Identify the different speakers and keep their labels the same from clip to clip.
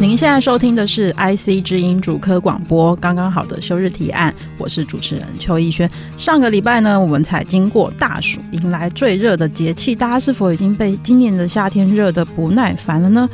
Speaker 1: 您现在收听的是 IC 之音主科广播，刚刚好的休日提案，我是主持人邱逸轩。上个礼拜呢，我们才经过大暑，迎来最热的节气，大家是否已经被今年的夏天热得不耐烦了呢？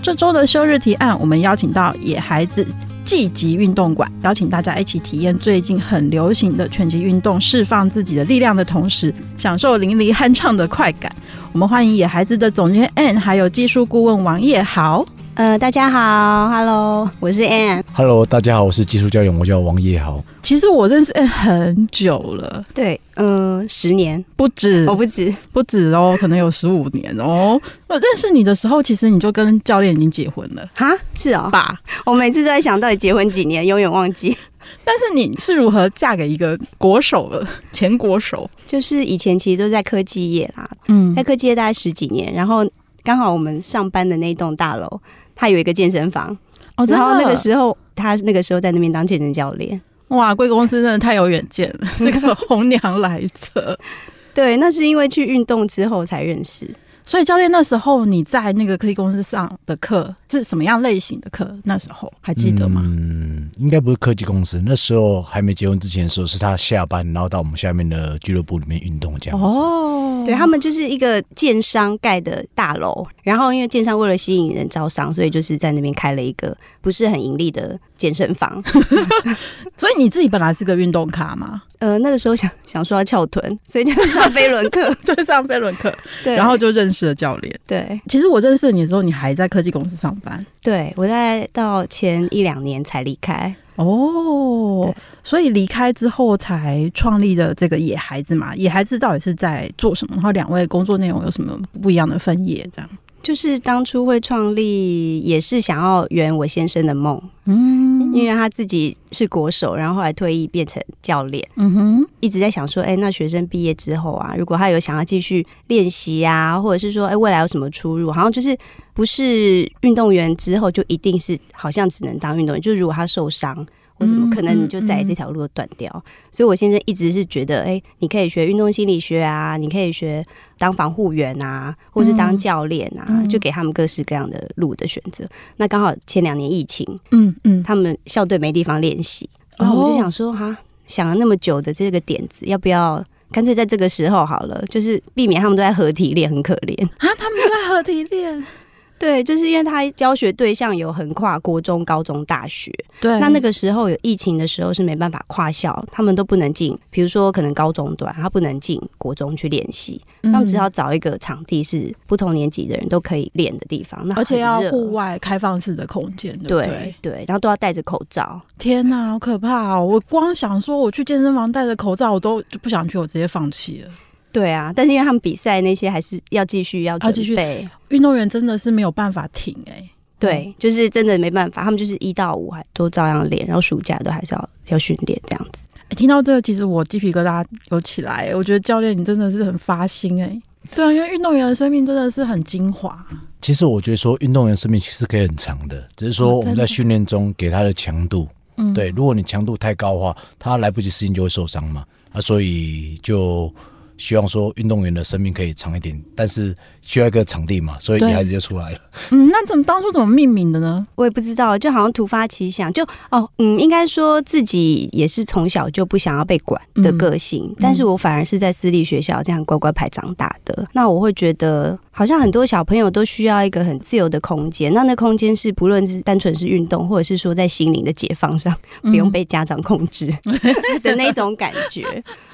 Speaker 1: 这周的休日提案，我们邀请到野孩子季极运动馆，邀请大家一起体验最近很流行的拳击运动，释放自己的力量的同时，享受淋漓酣畅的快感。我们欢迎野孩子的总监 Ann，还有技术顾问王叶豪。
Speaker 2: 呃，大家好，Hello，我是 Ann。
Speaker 3: Hello，大家好，我是技术教练，我叫王叶豪。
Speaker 1: 其实我认识 N 很久了，
Speaker 2: 对，嗯、十年，哦
Speaker 1: 不止
Speaker 2: 我不止，
Speaker 1: 不止哦，可能有十五年哦。我认识你的时候，其实你就跟教练已经结婚了
Speaker 2: 哈，是哦，
Speaker 1: 吧？
Speaker 2: 我每次都在想到底结婚几年，永远忘记。
Speaker 1: 但是你是如何嫁给一个国手的前国手？
Speaker 2: 就是以前其实都在科技业啦，
Speaker 1: 嗯
Speaker 2: 在科技业大概十几年，然后刚好我们上班的那栋大楼，它有一个健身房，
Speaker 1: 哦，真
Speaker 2: 然后
Speaker 1: 的
Speaker 2: 那个时候他那个时候在那边当健身教练。
Speaker 1: 哇，贵公司真的太有远见了，是个红娘来着。
Speaker 2: 对，那是因为去运动之后才认识。
Speaker 1: 所以教练那时候你在那个科技公司上的课是什么样类型的课？那时候还记得吗？
Speaker 3: 嗯，应该不是科技公司，那时候还没结婚之前的时候，是他下班然后到我们下面的俱乐部里面运动这样子。
Speaker 1: 哦，
Speaker 2: 对他们就是一个建商盖的大楼，然后因为建商为了吸引人招商，所以就是在那边开了一个不是很盈利的健身 房。
Speaker 1: 所以你自己本来是个运动咖嘛，
Speaker 2: 呃，那个时候想想说要翘臀，所以就上飞轮 课。
Speaker 1: 就是上飞轮课，
Speaker 2: 对，
Speaker 1: 然后就认识了教练。
Speaker 2: 对
Speaker 1: 其实我认识你的时候，你还在科技公司上班
Speaker 2: 对，我大概到前一两年才离开。
Speaker 1: 哦
Speaker 2: 对，
Speaker 1: 所以离开之后才创立的这个野孩子嘛。野孩子到底是在做什么？然后两位工作内容有什么不一样的分野？这样，
Speaker 2: 就是当初会创立，也是想要圆我先生的梦，
Speaker 1: 嗯
Speaker 2: 因为他自己是国手，然后后来退役变成教练。
Speaker 1: 嗯哼，
Speaker 2: 一直在想说，哎、那学生毕业之后啊，如果他有想要继续练习啊，或者是说，哎、未来有什么出入，好像就是不是运动员之后就一定是好像只能当运动员，就是如果他受伤。或什
Speaker 1: 嗯
Speaker 2: 么可能你就在
Speaker 1: 嗯
Speaker 2: 这条路断掉，所以我现在一直是觉得，哎、你可以学运动心理学啊，你可以学当防护员啊，或是当
Speaker 1: 嗯
Speaker 2: 教练啊，
Speaker 1: 嗯
Speaker 2: 就给他们各式各样的路的选择。那刚好前两年疫情，
Speaker 1: 嗯嗯，
Speaker 2: 他们校队没地方练习，然后我们就想说，
Speaker 1: 哦
Speaker 2: 哈、想了那么久的这个点子，要不要干脆在这个时候好了，就是避免他们都在合体练，很可怜。
Speaker 1: 啊，他们在合体练，
Speaker 2: 对，就是因为他教学对象有横跨国中、高中、大学，
Speaker 1: 对，
Speaker 2: 那那个时候有疫情的时候是没办法跨校，他们都不能进，比如说可能高中段他不能进国中去练习，
Speaker 1: 嗯
Speaker 2: 他们只好，找一个场地是不同年级的人都可以练的地方，那
Speaker 1: 而且
Speaker 2: 很
Speaker 1: 要
Speaker 2: 热
Speaker 1: 户。外开放式的空间，对不对？
Speaker 2: 对对，然后都要戴着口罩，
Speaker 1: 天哪，好可怕哦！我光想说我去健身房戴着口罩，我都就不想去，我直接放弃了。
Speaker 2: 对啊，但是因为他们比赛那些还是要继续要
Speaker 1: 哦继续嗯
Speaker 2: 准备，
Speaker 1: 运动员真的是没有办法停哎、
Speaker 2: 对，就是真的没办法，他们就是一到五还都照样练，然后暑假都还是要要训练这样子。
Speaker 1: 欸听到这个，其实我鸡皮疙瘩有起来。我觉得教练你真的是很发心哎、对啊，因为运动员的生命真的是很精华。
Speaker 3: 其实我觉得说运动员生命其实可以很长的，只是
Speaker 1: 哦
Speaker 3: 说我们
Speaker 1: 真的
Speaker 3: 在训练中给他的强度，
Speaker 1: 嗯，
Speaker 3: 对，如果你强度太高的话，他来不及适应就会受伤嘛。啊，所以就希望说运动员的生命可以长一点，但是需要一个场地嘛，所以
Speaker 1: 对
Speaker 3: 野孩子就出来了。
Speaker 1: 嗯，那怎么当初怎么命名的呢？
Speaker 2: 我也不知道，就好像突发奇想，就哦，嗯，应该说自己也是从小就不想要被管的
Speaker 1: 嗯
Speaker 2: 个性，但是我反而是在私立学校这样乖乖牌长大的。那我会觉得，好像很多小朋友都需要一个很自由的空间，那那空间是不论是单纯是运动，或者是说在心灵的解放上，
Speaker 1: 嗯
Speaker 2: 不用被家长控制的那种感觉。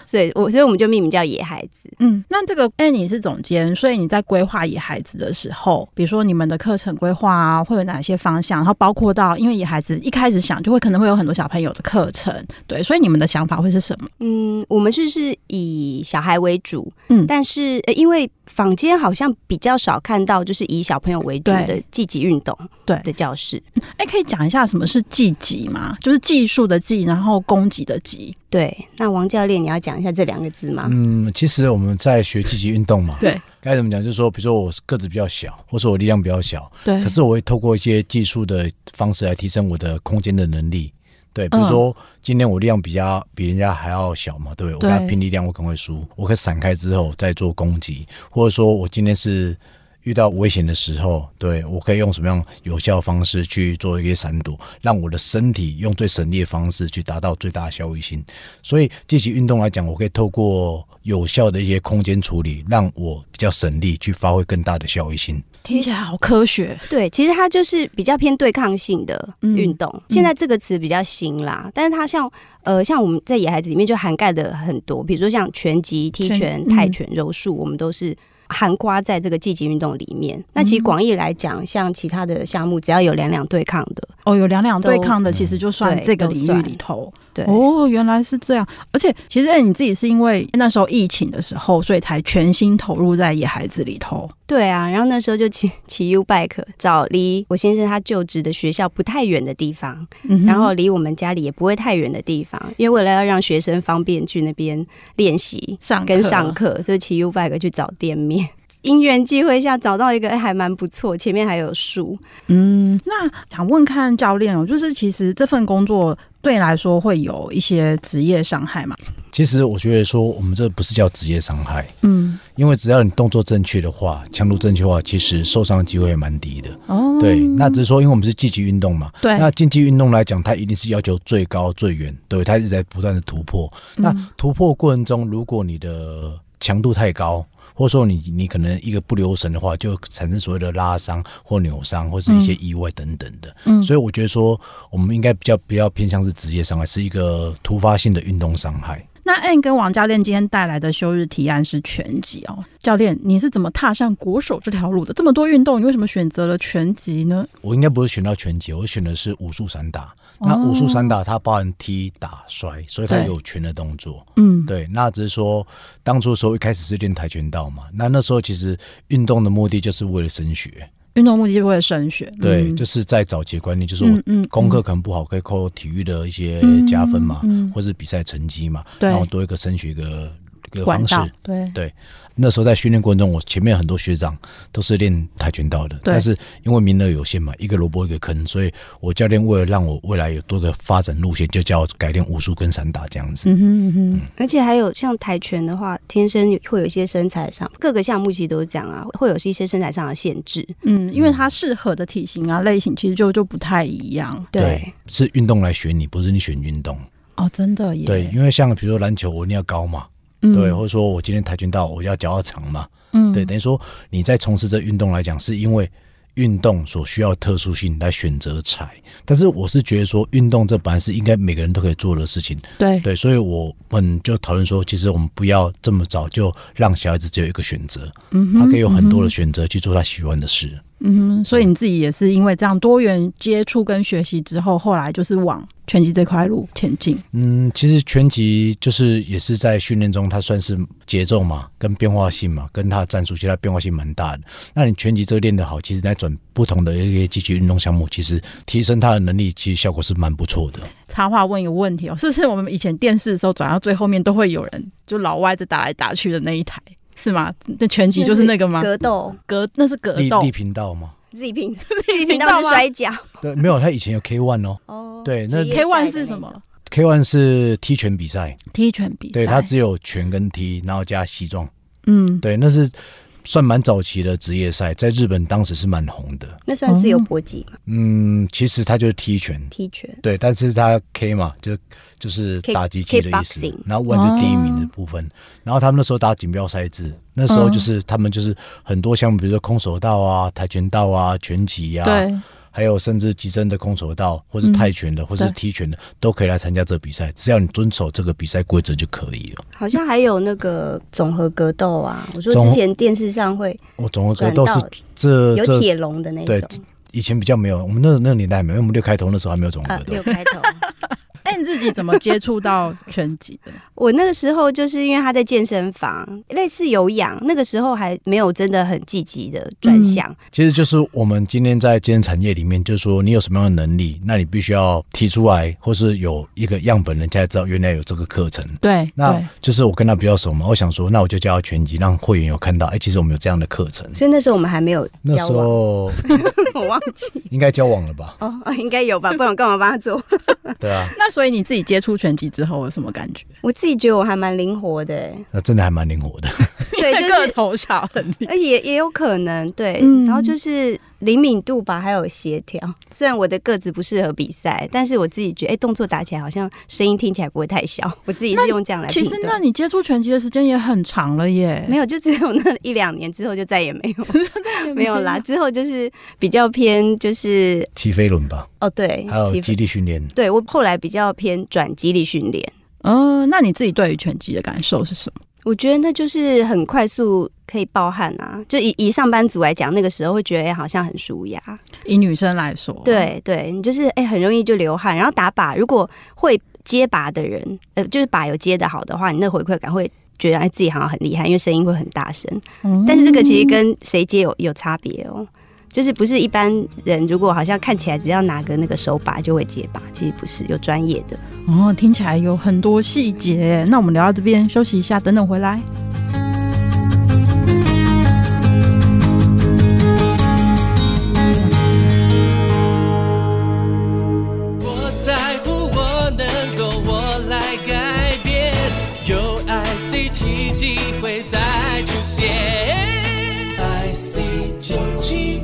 Speaker 2: 所以我所以我们就命名叫野孩子。
Speaker 1: 嗯，那这个哎，你是总监，所以你在规划野孩子的时候，比如说你们的课程规划啊，会有哪些方向？然后包括到，因为野孩子一开始想就会可能会有很多小朋友的课程，对，所以你们的想法会是什么？
Speaker 2: 嗯，我们就是以小孩为主，
Speaker 1: 嗯
Speaker 2: 但是、呃因为坊间好像比较少看到就是以小朋友为主
Speaker 1: 对
Speaker 2: 的积极运动
Speaker 1: 对
Speaker 2: 的教室。
Speaker 1: 哎，可以讲一下什么是技级吗？就是技术的技，然后攻击的击。
Speaker 2: 对，那王教练，你要讲一下这两个字吗？
Speaker 3: 嗯，其实我们在学积极运动嘛，
Speaker 1: 啊对
Speaker 3: 该怎么讲？就是说，比如说我个子比较小，或者我力量比较小，
Speaker 1: 对
Speaker 3: 可是我会透过一些技术的方式来提升我的空间的能力。对，比如说今天我力量比较比人家还要小嘛，对不对？
Speaker 1: 对
Speaker 3: 我跟他拼力量，我可能会输。我可以闪开之后再做攻击，或者说我今天是遇到危险的时候，对我可以用什么样有效的方式去做一些闪躲，让我的身体用最省力的方式去达到最大的效益性。所以积极运动来讲，我可以透过有效的一些空间处理，让我比较省力去发挥更大的效益性。
Speaker 1: 听起来好科学。
Speaker 2: 对，其实它就是比较偏对抗性的
Speaker 1: 嗯
Speaker 2: 运动。现在这个词比较新啦，但是它像呃，像我们在野孩子里面就涵盖的很多，比如说像拳击、踢
Speaker 1: 拳
Speaker 2: 拳、
Speaker 1: 嗯
Speaker 2: 泰拳、柔术，我们都是。含括在这个积极运动里面。那
Speaker 1: 嗯
Speaker 2: 其实广义来讲，像其他的项目，只要有两两对抗的，
Speaker 1: 哦，有两两对
Speaker 2: 都嗯
Speaker 1: 抗的，其实就算
Speaker 2: 对
Speaker 1: 这个
Speaker 2: 都
Speaker 1: 领域
Speaker 2: 算
Speaker 1: 里头。
Speaker 2: 对，
Speaker 1: 哦，原来是这样。而且其实哎你自己是因为那时候疫情的时候，所以才全心投入在野孩子里头。
Speaker 2: 对啊，然后那时候就骑骑 U bike 找离我先生他就职的学校不太远的地方，
Speaker 1: 嗯哼
Speaker 2: 然后离我们家里也不会太远的地方，因为为了要让学生方便去那边练习
Speaker 1: 上
Speaker 2: 跟
Speaker 1: 课
Speaker 2: 上课，所以骑 U bike 去找店面。因缘际会下找到一个哎还蛮不错，前面还有树，
Speaker 1: 嗯，那想问看教练哦，就是其实这份工作对你来说会有一些职业伤害嘛？
Speaker 3: 其实我觉得说，我们这不是叫职业伤害，
Speaker 1: 嗯，
Speaker 3: 因为只要你动作正确的话，强度正确的话，其实受伤的机会也蛮低的。
Speaker 1: 哦，
Speaker 3: 对，那只是说，因为我们是积极运动嘛，
Speaker 1: 对
Speaker 3: 那竞技运动来讲，它一定是要求最高最远，对，它一直在不断的突破。那突破过程中，如果你的强度太高，或者说你你可能一个不留神的话，就产生所谓的拉伤或扭伤，或是一些意外等等的。嗯，所以我觉得说，我们应该比较比较偏向是职业伤害，是一个突发性的运动伤害。
Speaker 1: 那 N 跟王教练今天带来的休日提案是拳击哦，教练你是怎么踏上国手这条路的？这么多运动，你为什么选择了拳击呢？
Speaker 3: 我应该不是选到拳击，我选的是武术散打。
Speaker 1: 哦
Speaker 3: 那武术散打它包含踢、打、摔，所以它
Speaker 1: 对
Speaker 3: 有拳的动作。
Speaker 1: 嗯，
Speaker 3: 对，那只是说当初的时候一开始是练跆拳道嘛，那那时候其实运动的目的就是为了升学，
Speaker 1: 运动目的就是为了升学，
Speaker 3: 对，
Speaker 1: 嗯
Speaker 3: 就是在早期的观念，就是
Speaker 1: 嗯嗯
Speaker 3: 我功课可能不好，可以扣体育的一些加分嘛，或是比赛成绩嘛，
Speaker 1: 嗯对
Speaker 3: 然后多一个升学一个一个
Speaker 1: 管
Speaker 3: 方式。
Speaker 1: 道，对
Speaker 3: 对，那时候在训练过程中，我前面很多学长都是练跆拳道的，
Speaker 1: 对
Speaker 3: 但是因为名额有限嘛，一个萝卜一个坑，所以我教练为了让我未来有多个发展路线，就叫我改练武术跟散打这样子。
Speaker 1: 嗯哼嗯哼，
Speaker 2: 而且还有像跆拳的话，天生有会有一些身材上各个项目其实都是这样啊，会有一些身材上的限制。
Speaker 1: 嗯，因为它适合的体型啊类型其实就就不太一样
Speaker 2: 对，
Speaker 3: 是运动来选你，不是你选运动。
Speaker 1: 哦，真的耶，
Speaker 3: 对，哦因为像比如说篮球，我一定要高嘛，
Speaker 1: 嗯
Speaker 3: 对，或者说我今天跆拳道我要脚要长嘛，
Speaker 1: 嗯
Speaker 3: 对，等于说你在从事这运动来讲，是因为运动所需要的特殊性来选择材。但是我是觉得说，运动这本来是应该每个人都可以做的事情，
Speaker 1: 对
Speaker 3: 对，所以我们就讨论说，其实我们不要这么早就让小孩子只有一个选择，
Speaker 1: 嗯哼
Speaker 3: 他可以有很多的选择去做他喜欢的事。
Speaker 1: 嗯，所以你自己也是因为这样多元接触跟学习之后，后来就是往拳击这块路前进。
Speaker 3: 嗯，其实拳击就是也是在训练中，它算是节奏嘛，跟变化性嘛，跟它的战术，其实它变化性蛮大的。那你拳击这个练得好，其实在转不同的一些积极运动项目，其实提升它的能力，其实效果是蛮不错的。
Speaker 1: 插话问一个问题哦，是不是我们以前电视的时候转到最后面都会有人就老外在打来打去的那一台是吗？那拳击就是那个吗？
Speaker 2: 格斗
Speaker 1: 格那是格
Speaker 3: 立
Speaker 1: 斗
Speaker 3: 立，频道嘛，
Speaker 2: Z 频
Speaker 1: 自己
Speaker 2: Z 频道是摔跤
Speaker 3: 对，没有，他以前有 K One 哦
Speaker 2: 哦
Speaker 3: 对那
Speaker 2: 职业
Speaker 1: K
Speaker 2: 赛的
Speaker 1: one
Speaker 2: 那
Speaker 1: 是什
Speaker 2: 种
Speaker 1: 么？
Speaker 3: ，K One 是踢拳比赛，
Speaker 1: 踢拳比赛？
Speaker 3: 对，它只有拳跟踢，然后加西装，
Speaker 1: 嗯，
Speaker 3: 对，那是算蛮早期的职业赛，在日本当时是蛮红的。
Speaker 2: 那算自由搏击嘛？
Speaker 3: 嗯，其实它就是踢拳，
Speaker 2: 踢拳
Speaker 3: 对，但是它 K 嘛，就就是
Speaker 2: Kick-
Speaker 3: 打击器的意思
Speaker 2: kickboxing，
Speaker 3: 然后 one 是第一名的部分。然后他们那时候打锦标赛制，那时候就是、他们就是很多项目，比如说空手道啊、跆拳道啊、拳击呀、啊，
Speaker 1: 对，
Speaker 3: 还有甚至极真的空手道，或是泰拳的，或是
Speaker 1: 对
Speaker 3: 踢拳的，都可以来参加这个比赛，只要你遵守这个比赛规则就可以了。
Speaker 2: 好像还有那个总和格斗啊，我说
Speaker 3: 总
Speaker 2: 之前电视上会
Speaker 3: 我哦总觉得
Speaker 2: 转
Speaker 3: 都是
Speaker 2: 到
Speaker 3: 这
Speaker 2: 有
Speaker 3: 这
Speaker 2: 铁笼的那
Speaker 3: 对
Speaker 2: 种，
Speaker 3: 以前比较没有，我们那那个年代没有，因为我们六开头那时候还没有总
Speaker 2: 啊
Speaker 3: 格，斗。
Speaker 2: 六开头，
Speaker 1: 哎、你自己怎么接触到拳击的？
Speaker 2: 我那个时候就是因为他在健身房，类似有氧，那个时候还没有真的很积极的转向。
Speaker 3: 其实就是我们今天在健身产业里面，就是说你有什么样的能力，那你必须要提出来，或是有一个样本，人家才知道原来有这个课程。
Speaker 1: 对，
Speaker 3: 那就是我跟他比较熟嘛，我想说，那我就教他拳击，让会员有看到，哎、其实我们有这样的课程。
Speaker 2: 所以那时候我们还没有
Speaker 3: 那
Speaker 2: 交
Speaker 3: 时
Speaker 2: 往，
Speaker 3: 候
Speaker 2: 我忘记
Speaker 3: 应该交往了吧？
Speaker 2: 哦，哦应该有吧，不然我干嘛帮他做？
Speaker 3: 对啊，
Speaker 1: 那所以你自己接触拳击之后有什么感觉？
Speaker 2: 我自己觉得我还蛮灵活的、欸，
Speaker 3: 那真的还蛮灵活的。
Speaker 2: 对，就
Speaker 1: 个
Speaker 2: 是
Speaker 1: 头小很厉害。
Speaker 2: 而也也有可能对，
Speaker 1: 嗯
Speaker 2: 然后就是灵敏度吧，还有协调。虽然我的个子不适合比赛，但是我自己觉得，哎、动作打起来好像声音听起来不会太小。我自己是用这样来
Speaker 1: 其
Speaker 2: 评
Speaker 1: 实，那
Speaker 2: 断。
Speaker 1: 你接触拳击的时间也很长了耶。
Speaker 2: 没有，就只有那一两年之后就再也没有
Speaker 1: 有
Speaker 2: 没有啦。。之后就是比较偏，就是
Speaker 3: 骑飞轮吧，
Speaker 2: 哦对，
Speaker 3: 还有
Speaker 2: 其
Speaker 3: 基
Speaker 2: 实
Speaker 3: 地训练。
Speaker 2: 对我后来比较偏转肌力训练，
Speaker 1: 嗯，那你自己对于拳击的感受是什么？
Speaker 2: 我觉得那就是很快速可以暴汗啊。就以以上班族来讲，那个时候会觉得、哎好像很舒压。
Speaker 3: 哦
Speaker 1: 以女生来说，，啊
Speaker 2: 对对，你就是哎、很容易就流汗，然后打靶，如果会接靶的人，呃，就是靶有接的好的话，你那回馈感会觉得哎自己好像很厉害，因为声音会很大声。
Speaker 1: 嗯
Speaker 2: 但是这个其实跟谁接有有差别哦，就是不是一般人，如果好像看起来只要拿个那个手靶就会接靶，其实不是，有专业的。
Speaker 1: 哦，听起来有很多细节。那我们聊到这边休息一下，等等回来。
Speaker 4: 我在乎，我能够，我来改变。有 IC 奇迹会再出现。IC 九七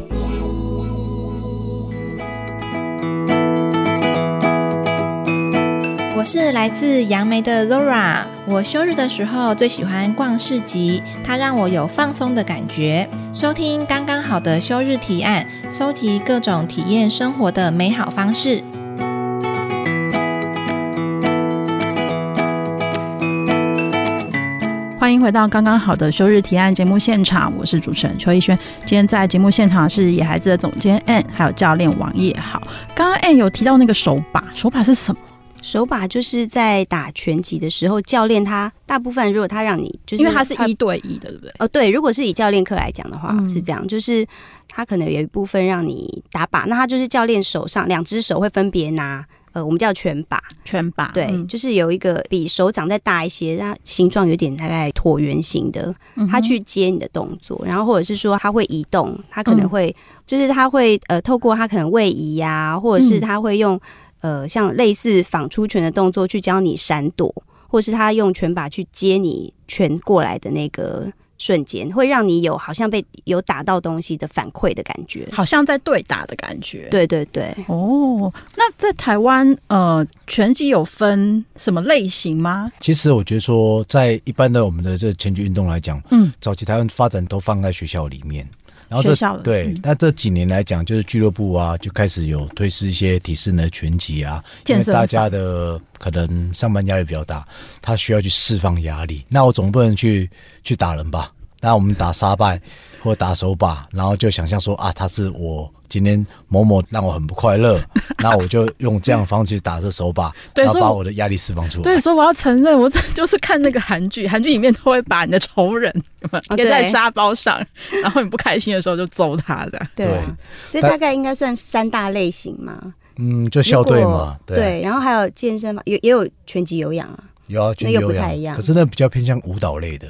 Speaker 5: 我是来自杨梅的 Laura。我休日的时候最喜欢逛市集，它让我有放松的感觉。收听刚刚好的休日提案，收集各种体验生活的美好方式。
Speaker 1: 欢迎回到刚刚好的休日提案节目现场，我是主持人邱逸轩。今天在节目现场是野孩子的总监 N，还有教练王叶好。刚刚 N 有提到那个手把，手把是什么？
Speaker 2: 手靶就是在打拳击的时候，教练他大部分如果他让你就是
Speaker 1: 因为它是一对一的，对 不对？
Speaker 2: 哦，对，如果是以教练课来讲的话、
Speaker 1: 嗯
Speaker 2: 是这样，就是他可能有一部分让你打靶，那他就是教练手上两只手会分别拿。呃，我们叫拳靶，
Speaker 1: 拳把
Speaker 2: 对，就是有一个比手掌再大一些，它形状有点大概椭圆形的，
Speaker 1: 嗯
Speaker 2: 它去接你的动作，然后或者是说它会移动，它可能
Speaker 1: 嗯
Speaker 2: 会、就是它会呃透过它可能位移呀、或者
Speaker 1: 嗯
Speaker 2: 是它会用、呃像类似仿出拳的动作去教你闪躲，或是他用拳靶去接你拳过来的那个瞬间，会让你有好像被有打到东西的反馈的感觉。
Speaker 1: 好像在对打的感觉。。
Speaker 2: 对对对，
Speaker 1: 哦，那在台湾，呃，拳击有分什么类型吗？
Speaker 3: 其实我觉得说，在一般的我们的这拳击运动来讲，
Speaker 1: 嗯，
Speaker 3: 早期台湾发展都放在学校里面，然后这
Speaker 1: 学校的
Speaker 3: 对
Speaker 1: 嗯，
Speaker 3: 那这几年来讲，就是俱乐部啊，就开始有推示一些体适能的拳击啊，因
Speaker 1: 健
Speaker 3: 为
Speaker 1: 身
Speaker 3: 大家的可能上班压力比较大，他需要去释放压力，那我总不能去去打人吧？那我们打沙拜或者打手把，然后就想象说啊，他是我今天某某让我很不快 乐，那我就用这样的方式去打这手把，
Speaker 1: 对
Speaker 3: 然后
Speaker 1: 所以
Speaker 3: 把
Speaker 1: 我
Speaker 3: 我的压力释放出来。
Speaker 1: 对，所以我要承认，我这就是看那个韩剧，韩剧里面都会把你的仇人 有没有
Speaker 2: 哦
Speaker 1: 贴在
Speaker 2: 对
Speaker 1: 沙包上，然后你不开心的时候就揍他的。
Speaker 2: 对啊
Speaker 3: 对
Speaker 2: 所以
Speaker 3: 但
Speaker 2: 大概应该算三大类型嘛，
Speaker 3: 嗯，就校队
Speaker 2: 如果
Speaker 3: 嘛，啊
Speaker 2: 对然后还有健身嘛，也也有拳击有氧啊，
Speaker 3: 有啊，
Speaker 2: 那
Speaker 3: 拳击
Speaker 2: 又
Speaker 3: 有
Speaker 2: 不
Speaker 3: 氧
Speaker 2: 太一样
Speaker 3: 可是那比较偏向舞蹈类的。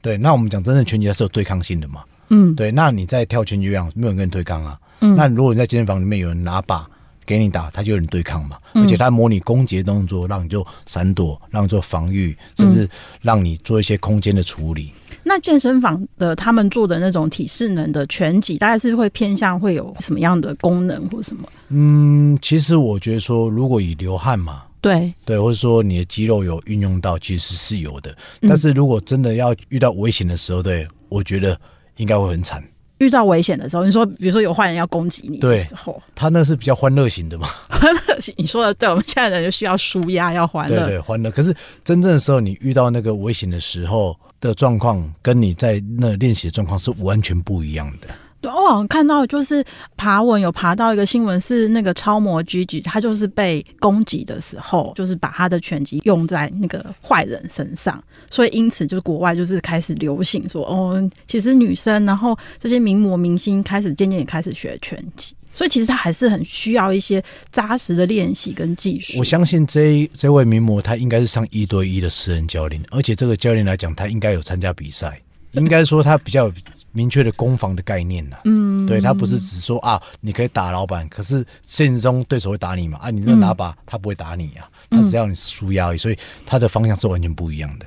Speaker 3: 对，那我们讲真正拳击它是有对抗性的嘛？
Speaker 1: 嗯，
Speaker 3: 对，那你在跳拳击有氧，没有人跟你对抗啊。
Speaker 1: 嗯
Speaker 3: 那如果你在健身房里面有人拿把给你打，他就有人对抗嘛，
Speaker 1: 嗯
Speaker 3: 而且他模拟攻击的动作，让你做闪躲，让你做防御，甚
Speaker 2: 嗯
Speaker 3: 至让你做一些空间的处理。
Speaker 1: 那健身房的他们做的那种体适能的拳击，大概是会偏向会有什么样的功能或什么？
Speaker 3: 嗯，其实我觉得说，如果以流汗嘛，
Speaker 1: 对，
Speaker 3: 对，或者说你的肌肉有运用到，其实是有的。
Speaker 1: 嗯
Speaker 3: 但是如果真的要遇到危险的时候，对我觉得应该会很惨。
Speaker 1: 遇到危险的时候，你说比如说有坏人要攻击你的
Speaker 3: 对
Speaker 1: 时候，
Speaker 3: 他那是比较欢乐型的嘛，
Speaker 1: 欢乐 型，你说的对，我们现在人就需要舒压，要欢
Speaker 3: 对
Speaker 1: 乐。
Speaker 3: 对，欢乐。可是真正的时候，你遇到那个危险的时候的状况，跟你在那练习的状况是完全不一样的。
Speaker 1: 对，我好像看到就是爬文有爬到一个新闻，是那个超模 Gigi，她就是被攻击的时候，就是把她的拳击用在那个坏人身上，所以因此就是国外就是开始流行说，哦，其实女生，然后这些名模明星开始渐渐也开始学拳击，所以其实她还是很需要一些扎实的练习跟技术。
Speaker 3: 我相信这一这位名模，他应该是上一对一的私人教练，而且这个教练来讲，他应该有参加比赛，应该说他比较有明确的攻防的概念了。嗯，对他不是只说啊，你可以打老板，可是现实中对手会打你嘛？啊，你这拿把、他不会打你啊，
Speaker 1: 嗯
Speaker 3: 他只要你输压而已，所以他的方向是完全不一样的。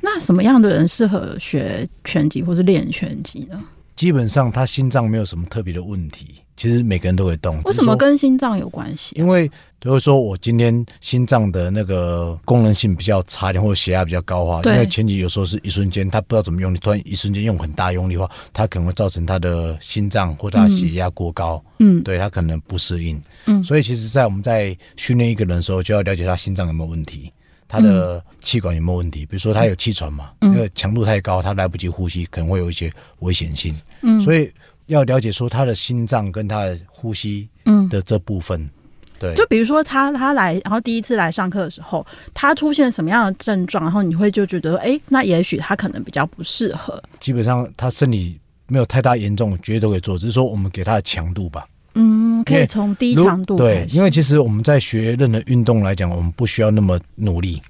Speaker 1: 那什么样的人适合学拳击或是练拳击呢？
Speaker 3: 基本上他心脏没有什么特别的问题，其实每个人都会动。
Speaker 1: 为
Speaker 3: 只
Speaker 1: 什
Speaker 3: 是
Speaker 1: 么
Speaker 3: 说
Speaker 1: 跟心脏有关系啊、
Speaker 3: 因为就是说我今天心脏的那个功能性比较差一点，或者血压比较高的话，因
Speaker 1: 对
Speaker 3: 为前几有时候是一瞬间，他不知道怎么用力，突然一瞬间用很大用力的话，它可能会造成他的心脏或他的血压过高，
Speaker 1: 嗯，
Speaker 3: 对他可能不适应。
Speaker 1: 嗯
Speaker 3: 所以其实，在我们在训练一个人的时候，就要了解他心脏有没有问题。他
Speaker 1: 嗯
Speaker 3: 的气管有没有问题？比如说他有气喘嘛，因为强度太高，他来不及呼吸，可能会有一些危险性。嗯，所以要了解说他的心脏跟他的呼吸
Speaker 1: 嗯
Speaker 3: 的这部分，对，
Speaker 1: 就比如说他他来，然后第一次来上课的时候，他出现什么样的症状，然后你会就觉得，哎，那也许他可能比较不适合。
Speaker 3: 基本上他身体没有太大严重，绝对都可以做，只是说我们给他的强度吧。
Speaker 1: 嗯，可
Speaker 3: 因
Speaker 1: 以
Speaker 3: 为
Speaker 1: 从低
Speaker 3: 如
Speaker 1: 强度
Speaker 3: 对
Speaker 1: 开，始
Speaker 3: 因为其实我们在学任何运动来讲，我们不需要那么努力。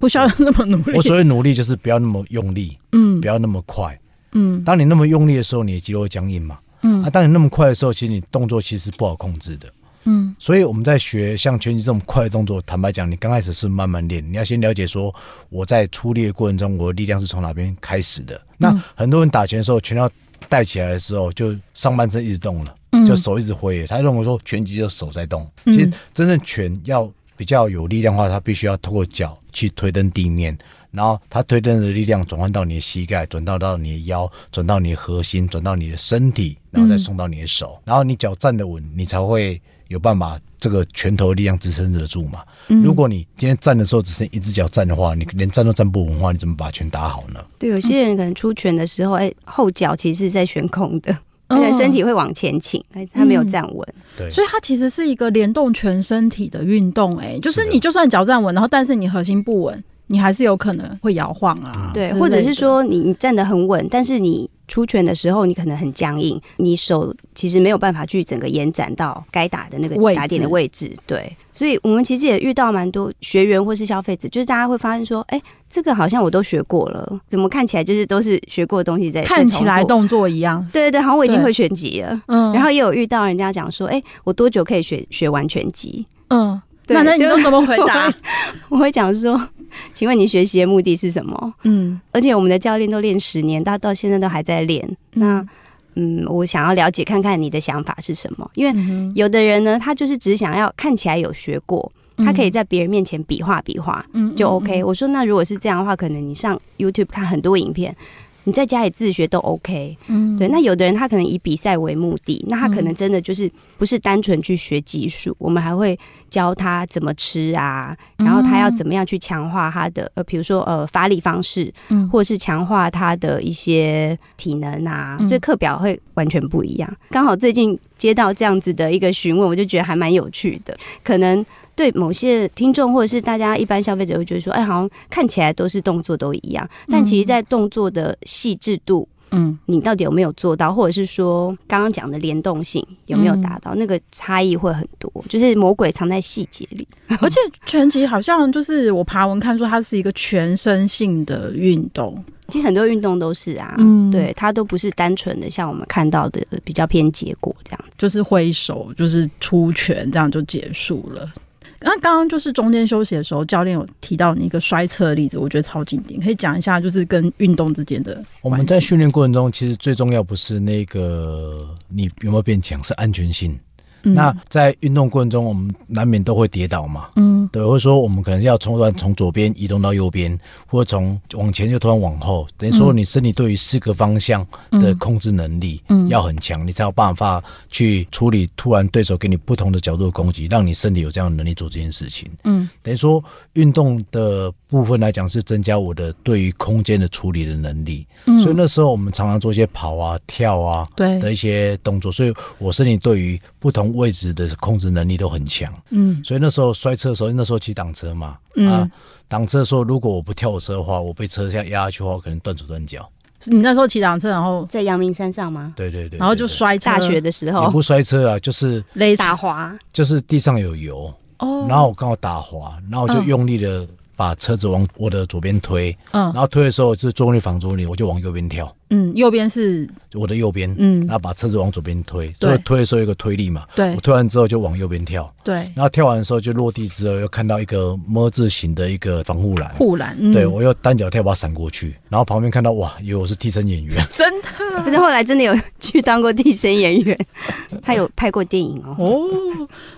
Speaker 1: 不需要那么努力
Speaker 3: 我。所谓努力，就是不要那么用力，
Speaker 1: 嗯
Speaker 3: 不要那么快。
Speaker 1: 嗯
Speaker 3: 当你那么用力的时候，你的肌肉会僵硬嘛。
Speaker 1: 嗯
Speaker 3: 啊，当你那么快的时候，其实你动作其实不好控制的。
Speaker 1: 嗯
Speaker 3: 所以我们在学像拳击这种快的动作，坦白讲，你刚开始是慢慢练，你要先了解说我在出力的过程中，我的力量是从哪边开始的。那
Speaker 1: 嗯
Speaker 3: 很多人打拳的时候，拳套带起来的时候，就上半身一直动了，
Speaker 1: 嗯
Speaker 3: 就手一直挥。他认为说拳击就手在动，
Speaker 1: 嗯
Speaker 3: 其实真正拳要比较有力量的话，它必须要透过脚去推蹬地面。然后它推蹬的力量转换到你的膝盖，转到到你的腰，转到你的核心，转到你的身体，然后再送到你的手，然后你脚站得稳，你才会有办法这个拳头的力量支撑得住嘛。如果你今天站的时候只剩一只脚站的话，你连站都站不稳的话，你怎么把拳打好呢？
Speaker 2: 对，有
Speaker 1: 嗯
Speaker 2: 些人可能出拳的时候，哎、后脚其实是在悬空的，
Speaker 1: 哦
Speaker 2: 而且身体会往前倾，哎，他没有站稳。
Speaker 3: 对，
Speaker 1: 嗯所以它其实是一个联动全身体的运动、哎，就是
Speaker 3: 是的
Speaker 1: 你就算脚站稳，然后但是你核心不稳，你还是有可能会摇晃啊，
Speaker 2: 对，
Speaker 1: 之类
Speaker 2: 或者是
Speaker 1: 的
Speaker 2: 说你你站得很稳，但是你出拳的时候你可能很僵硬，你手其实没有办法去整个延展到该打的那
Speaker 1: 位
Speaker 2: 个
Speaker 1: 置
Speaker 2: 打点的位置。对，所以我们其实也遇到蛮多学员或是消费者，就是大家会发现说，哎、这个好像我都学过了，怎么看起来就是都是学过的东西在
Speaker 1: 看起来。
Speaker 2: 在重复
Speaker 1: 动作一样，
Speaker 2: 对对对，好像我已经
Speaker 1: 对
Speaker 2: 会拳击了。
Speaker 1: 嗯，
Speaker 2: 然后也有遇到人家讲说，哎、我多久可以学学完拳击？
Speaker 1: 嗯，
Speaker 2: 对
Speaker 1: 那那你
Speaker 2: 就
Speaker 1: 都怎么回
Speaker 2: 我
Speaker 1: 答
Speaker 2: 会？我会讲说，请问你学习的目的是什么？
Speaker 1: 嗯，
Speaker 2: 而且我们的教练都练十年，他到现在都还在练。那嗯，我想要了解看看你的想法是什么，因为
Speaker 1: 嗯
Speaker 2: 有的人呢，他就是只想要看起来有学过，
Speaker 1: 哼
Speaker 2: 他可以在别人面前比划比划
Speaker 1: 嗯
Speaker 2: 就
Speaker 1: 嗯
Speaker 2: OK。我说那如果是这样的话，可能你上 YouTube 看很多影片。你在家里自学都 OK，
Speaker 1: 嗯
Speaker 2: 对。那有的人他可能以比赛为目的，那他可能真的就是不是单纯去学技术，我们还会教他怎么吃啊，然后
Speaker 1: 嗯
Speaker 2: 他要怎么样去强化他的呃，比如说呃发力方式，
Speaker 1: 嗯
Speaker 2: 或是强化他的一些体能啊，
Speaker 1: 嗯
Speaker 2: 所以课表会完全不一样。刚好最近接到这样子的一个询问，我就觉得还蛮有趣的。可能对某些听众或者是大家一般消费者会觉得说，哎，好像看起来都是动作都一样，但其实，在动作的细致度。
Speaker 1: 嗯
Speaker 2: 你到底有没有做到，或者是说刚刚讲的联动性有没有达
Speaker 3: 嗯
Speaker 2: 到？那个差异会很多，就是魔鬼藏在细节里。
Speaker 1: 而且拳击好像就是我爬文看说它是一个全身性的运动，
Speaker 2: 其实很多运动都是啊，
Speaker 1: 嗯
Speaker 2: 对，它都不是单纯的像我们看到的比较偏结果这样子。
Speaker 1: 就是挥手就是出拳这样就结束了。那刚刚就是中间休息的时候，教练有提到你一个摔车的例子，我觉得超经典，可以讲一下，就是跟运动之间的
Speaker 3: 我们在训练过程中，其实最重要不是那个你有没有变强，是安全性。
Speaker 1: 嗯
Speaker 3: 那在运动过程中，我们难免都会跌倒嘛，
Speaker 1: 嗯
Speaker 3: 对，或者说我们可能要从突然从左边移动到右边，或者从往前就突然往后，等于说你身体对于四个方向的控制能力
Speaker 1: 嗯
Speaker 3: 要很强，你才有办法去处理突然对手给你不同的角度的攻击，让你身体有这样的能力做这件事情。
Speaker 1: 嗯
Speaker 3: 等于说运动的部分来讲，是增加我的对于空间的处理的能力。
Speaker 1: 嗯，
Speaker 3: 所以那时候我们常常做一些跑啊、跳啊
Speaker 1: 对
Speaker 3: 的一些动作，所以我身体对于不同位置的控制能力都很强。
Speaker 1: 嗯
Speaker 3: 所以那时候摔车的时候，那时候骑挡车嘛，
Speaker 1: 嗯
Speaker 3: 啊，挡车的时候如果我不跳车的话，我被车下压下去的话，我可能断手断脚。
Speaker 1: 是你那时候骑挡车，然后
Speaker 2: 在阳明山上吗？
Speaker 3: 对对对对
Speaker 1: 然后就
Speaker 3: 对
Speaker 1: 摔车
Speaker 2: 大学的时
Speaker 3: 也
Speaker 2: 候
Speaker 3: 不摔车啊，就是
Speaker 1: 勒
Speaker 2: 打
Speaker 1: 打
Speaker 2: 滑，
Speaker 3: 就是地上有油，
Speaker 1: 哦，
Speaker 3: 然后我刚好打滑，然后我就
Speaker 1: 嗯
Speaker 3: 用力的把车子往我的左边推，
Speaker 1: 嗯
Speaker 3: 然后推的时候就是重力防重力，我就往右边跳，
Speaker 1: 嗯右边是
Speaker 3: 我的右边，
Speaker 1: 嗯
Speaker 3: 然后把车子往左边推，所以推的时候有个推力嘛，
Speaker 1: 对
Speaker 3: 我推完之后就往右边跳，
Speaker 1: 对
Speaker 3: 然后跳完的时候就落地之后又看到一个么字形的一个防护栏。
Speaker 1: 护栏，嗯
Speaker 3: 对，我又单脚跳把它闪过去，然后旁边看到哇，以为我是替身演 员，
Speaker 1: 真的
Speaker 2: 不是后来真的有去当过替身 演员，他有拍过电影哦。
Speaker 1: 哦，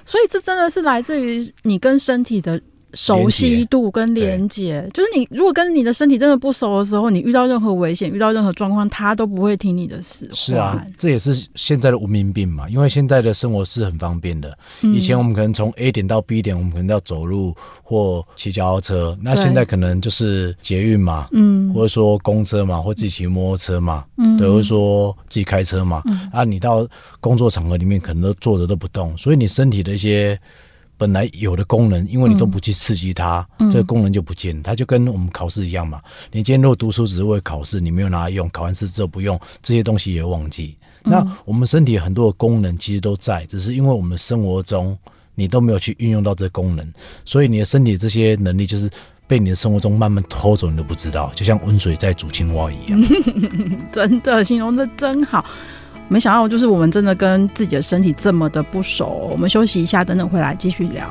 Speaker 1: 所以这真的是来自于你跟身体的。熟悉度跟连接，就是你如果跟你的身体真的不熟的时候，你遇到任何危险、遇到任何状况，他都不会听你的使唤。
Speaker 3: 是啊，这也是现在的文明病嘛，因为现在的生活是很方便的。
Speaker 1: 嗯
Speaker 3: 以前我们可能从 A 点到 B 点，我们可能要走路或骑脚踏车，那
Speaker 1: 对
Speaker 3: 现在可能就是捷运嘛，
Speaker 1: 嗯
Speaker 3: 或者说公车嘛，或自己骑摩托车嘛，
Speaker 1: 嗯
Speaker 3: 对，或者说自己开车嘛。啊，你到工作场合里面可能都坐着都不动，所以你身体的一些。本来有的功能，因为你都不去刺激它，这个功能就不见了。它就跟我们考试一样嘛，你今天如果读书只是为了考试，你没有拿来用，考完试之后不用，这些东西也忘记。那我们身体很多的功能其实都在，只是因为我们生活中你都没有去运用到这个功能，所以你的身体这些能力就是被你的生活中慢慢偷走，你都不知道，就像温水在煮青蛙一样。
Speaker 1: 真的形容的真好。没想到，就是我们真的跟自己的身体这么的不熟。我们休息一下，等等回来继续聊。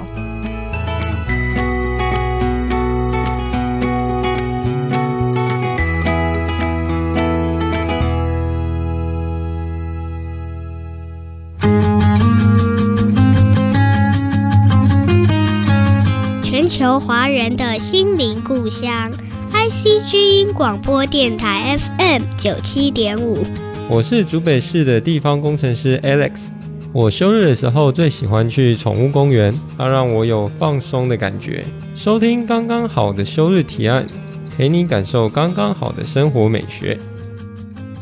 Speaker 6: 全球华人的心灵故乡，IC 之音广播电台 FM 九七点五。
Speaker 7: 我是竹北市的地方工程师 Alex。我休日的时候最喜欢去宠物公园，它让我有放松的感觉。收听刚刚好的休日提案，陪你感受刚刚好的生活美学。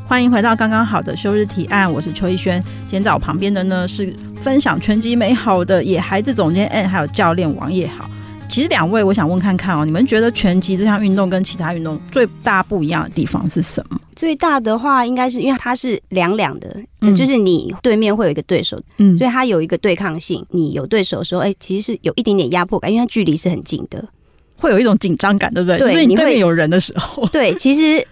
Speaker 1: 欢迎回到刚刚好的休日提案，我是邱逸轩。今天在我旁边的呢是分享拳击美好的野孩子总监哎 N，还有教练王叶豪。其实两位，我想问看看哦，你们觉得拳击这项运动跟其他运动最大不一样的地方是什么？
Speaker 2: 最大的话应该是因为它是两两的，
Speaker 1: 嗯
Speaker 2: 就是你对面会有一个对手，
Speaker 1: 嗯
Speaker 2: 所以它有一个对抗性。你有对手的时候，哎、其实是有一点点压迫感，因为它距离是很近的。
Speaker 1: 会有一种紧张感，对不对？
Speaker 2: 对
Speaker 1: 就是你
Speaker 2: 你会
Speaker 1: 对面有人的时候，
Speaker 2: 对，其实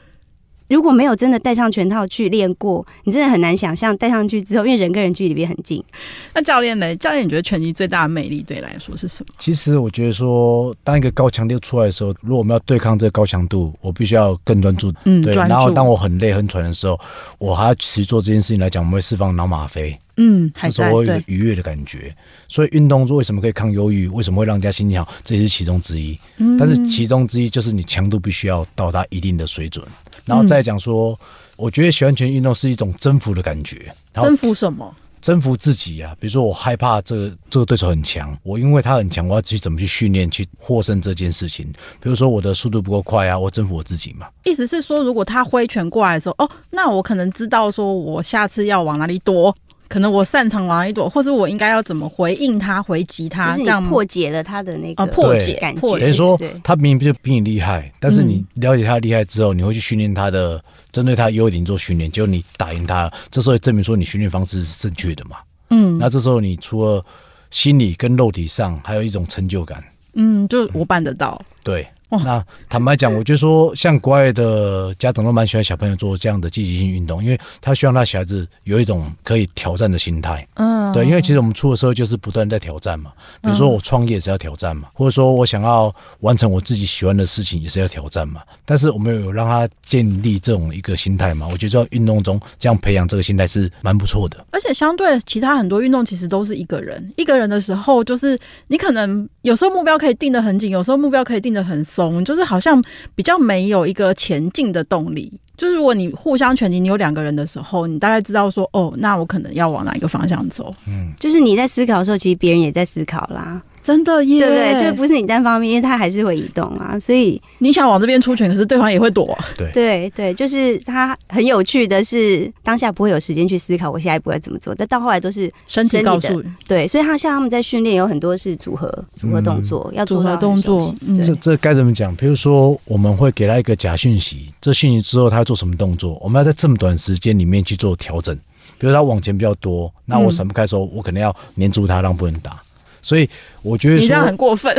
Speaker 2: 如果没有真的戴上拳套去练过，你真的很难想象戴上去之后，因为人跟人距离也很近。
Speaker 1: 那教练呢？教练，你觉得拳击最大的魅力对你来说是什么？
Speaker 3: 其实我觉得说，当一个高强度出来的时候，如果我们要对抗这个高强度，我必须要更专注。
Speaker 1: 嗯
Speaker 3: 对，
Speaker 1: 专注
Speaker 3: 然后当我很累很喘的时候，我还要持续做这件事情来讲，我们会释放脑吗啡。
Speaker 1: 嗯，还
Speaker 3: 这时
Speaker 1: 在
Speaker 3: 候我有一个
Speaker 1: 对，
Speaker 3: 愉悦的感觉。所以运动为什么可以抗忧郁？为什么会让人家心情好？这也是其中之一。
Speaker 1: 嗯
Speaker 3: 但是其中之一就是你强度必须要到达一定的水准，然后再讲说，我觉得喜欢拳运动是一种征服的感觉，然后
Speaker 1: 征服什么？
Speaker 3: 征服自己啊。比如说我害怕这个这个对手很强，我因为他很强，我要去怎么去训练去获胜这件事情。比如说我的速度不够快啊，我征服我自己嘛。
Speaker 1: 意思是说，如果他挥拳过来的时候，哦，那我可能知道说我下次要往哪里躲，可能我擅长往哪里躲，或是我应该要怎么回应他、回击他，
Speaker 2: 就是
Speaker 1: 这
Speaker 2: 你
Speaker 1: 样吗
Speaker 2: 破解了他的那个、
Speaker 1: 啊破
Speaker 3: 解
Speaker 2: 感
Speaker 1: 破解
Speaker 2: 觉，
Speaker 3: 等于说
Speaker 2: 对，
Speaker 3: 他明明就比你厉害，但是你了解他的厉害之后，你会去训练他的，针对他的优点做训练，结果你打赢他了，这时候也证明说你训练方式是正确的嘛。
Speaker 1: 嗯
Speaker 3: 那这时候你除了心理跟肉体上，还有一种成就感，
Speaker 1: 嗯，就我办得到。
Speaker 3: 对，
Speaker 1: 哇
Speaker 3: 那坦白讲，我就说，像国外的家长都蛮喜欢小朋友做这样的积极性运动，因为他希望他小孩子有一种可以挑战的心态。
Speaker 1: 嗯，
Speaker 3: 对，因为其实我们出的时候就是不断在挑战嘛，比如说我创业也是要挑战嘛，或者说我想要完成我自己喜欢的事情也是要挑战嘛。但是我们有让他建立这种一个心态嘛，我觉得在运动中这样培养这个心态是蛮不错的。
Speaker 1: 而且相对其他很多运动，其实都是一个人。一个人的时候，就是你可能有时候目标可以定得很紧，有时候目标可以定得很松，就是好像比较没有一个前进的动力。就是如果你互相全力，你有两个人的时候，你大概知道说，哦，那我可能要往哪一个方向走。
Speaker 2: 就是你在思考的时候，其实别人也在思考啦，
Speaker 1: 真的耶，
Speaker 2: 对不对？就不是你单方面，因为他还是会移动啊，所以
Speaker 1: 你想往这边出拳，可是对方也会躲。
Speaker 2: 对对，就是他很有趣的是，当下不会有时间去思考我下一步要怎么做，但到后来都是
Speaker 1: 身体
Speaker 2: 身体
Speaker 1: 告
Speaker 2: 的
Speaker 1: 诉你
Speaker 2: 对，所以他像他们在训练有很多是组合组合
Speaker 3: 嗯
Speaker 2: 动作，要做
Speaker 1: 组合
Speaker 2: 到很
Speaker 1: 动
Speaker 2: 熟
Speaker 1: 作
Speaker 2: 悉，
Speaker 1: 嗯，
Speaker 3: 这这该怎么讲？比如说，我们会给他一个假讯息，这讯息之后他要做什么动作，我们要在这么短时间里面去做调整。比如他往前比较多，那我闪不开的时候，我可能要粘住他，让不能
Speaker 2: 嗯
Speaker 3: 打。所以我觉得
Speaker 1: 你这样很
Speaker 3: 说，
Speaker 1: 过分。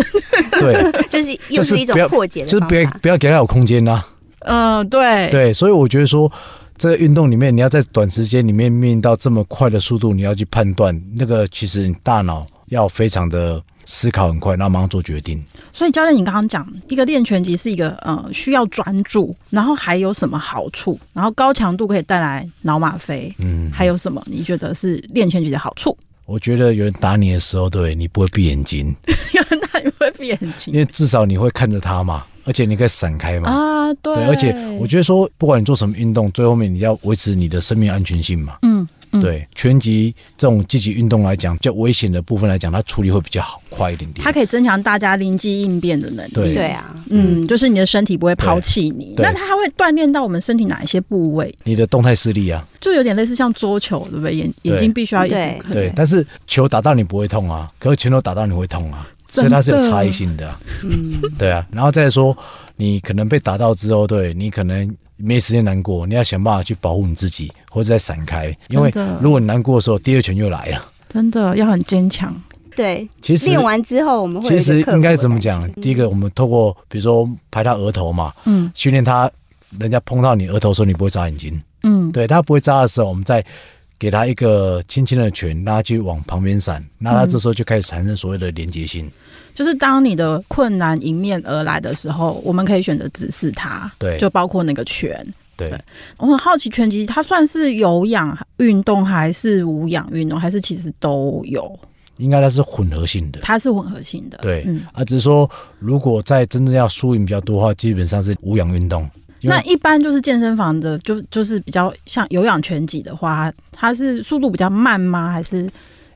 Speaker 3: 对，
Speaker 2: 就是
Speaker 3: 就
Speaker 2: 又是一种
Speaker 3: 不要
Speaker 2: 破解
Speaker 3: 就是
Speaker 2: 的方
Speaker 3: 不要
Speaker 2: 法。
Speaker 3: 不要给他有空间呐、
Speaker 1: 嗯，对，
Speaker 3: 对，所以我觉得说，这个运动里面，你要在短时间里面面临到这么快的速度，你要去判断那个，其实你大脑要非常的思考很快，然后马上做决定。
Speaker 1: 所以教练，你刚刚讲一个练拳击是一个呃需要专注，然后还有什么好处？然后高强度可以带来脑吗啡，
Speaker 3: 嗯，
Speaker 1: 还有什么？你觉得是练拳击的好处？
Speaker 3: 我觉得有人打你的时候，对你不会闭眼睛，
Speaker 1: 因为那你会闭眼
Speaker 3: 因
Speaker 1: 睛
Speaker 3: 为至少你会看着他嘛，而且你可以闪开嘛。
Speaker 1: 啊，对
Speaker 3: 对，而且我觉得说，不管你做什么运动，最后面你要维持你的生命安全性嘛。
Speaker 1: 嗯，嗯
Speaker 3: 对，拳击这种积极运动来讲，较危险的部分来讲，它处理会比较好，快一点点
Speaker 1: 它。可以增强大家灵机应变的能力。
Speaker 3: 对
Speaker 2: 对啊，
Speaker 1: 嗯，就是你的身体不会抛弃你。
Speaker 3: 对对
Speaker 1: 那它还会锻炼到我们身体哪一些部位？
Speaker 3: 你的动态视力啊，
Speaker 1: 就有点类似像桌球，对不对？眼
Speaker 3: 对
Speaker 1: 眼睛必须要一直
Speaker 2: 对
Speaker 1: 看
Speaker 3: 对，但是球打到你不会痛啊，可是拳头打到你会痛啊，所以它是有差异性的、啊。
Speaker 2: 嗯，
Speaker 3: 对啊，然后再说，你可能被打到之后，对你可能没时间难过，你要想办法去保护你自己，或者再闪开，因为
Speaker 1: 真的
Speaker 3: 如果你难过的时候，第二拳又来了。
Speaker 1: 真的要很坚强。
Speaker 2: 对。
Speaker 3: 其实
Speaker 2: 练完之后，我们会有
Speaker 3: 其
Speaker 2: 一个
Speaker 3: 实
Speaker 2: 克服
Speaker 3: 应该
Speaker 2: 的
Speaker 3: 怎么
Speaker 2: 感觉
Speaker 3: 讲？
Speaker 2: 嗯
Speaker 3: 第一个，我们透过比如说拍他额头嘛，
Speaker 1: 嗯
Speaker 3: 训练他，人家碰到你额头的时候，你不会眨眼睛，
Speaker 1: 嗯，
Speaker 3: 对他不会眨的时候，我们再给他一个轻轻的拳，让他去往旁边闪，那他这时候就开始产生所谓的连结性。
Speaker 1: 就是当你的困难迎面而来的时候，我们可以选择直视它，
Speaker 3: 对
Speaker 1: 就包括那个拳。
Speaker 3: 对，
Speaker 2: 嗯
Speaker 1: 我很好奇，拳击它算是有氧运动还是无氧运动，还是其实都有？
Speaker 3: 应该它是混合性的。
Speaker 1: 它是混合性的。
Speaker 3: 对，
Speaker 1: 嗯。
Speaker 3: 啊，只是说如果在真正要输赢比较多的话，基本上是无氧运动，因
Speaker 1: 那
Speaker 3: 为
Speaker 1: 一般就是健身房的，就就是比较像有氧拳击的话，它是速度比较慢吗？还是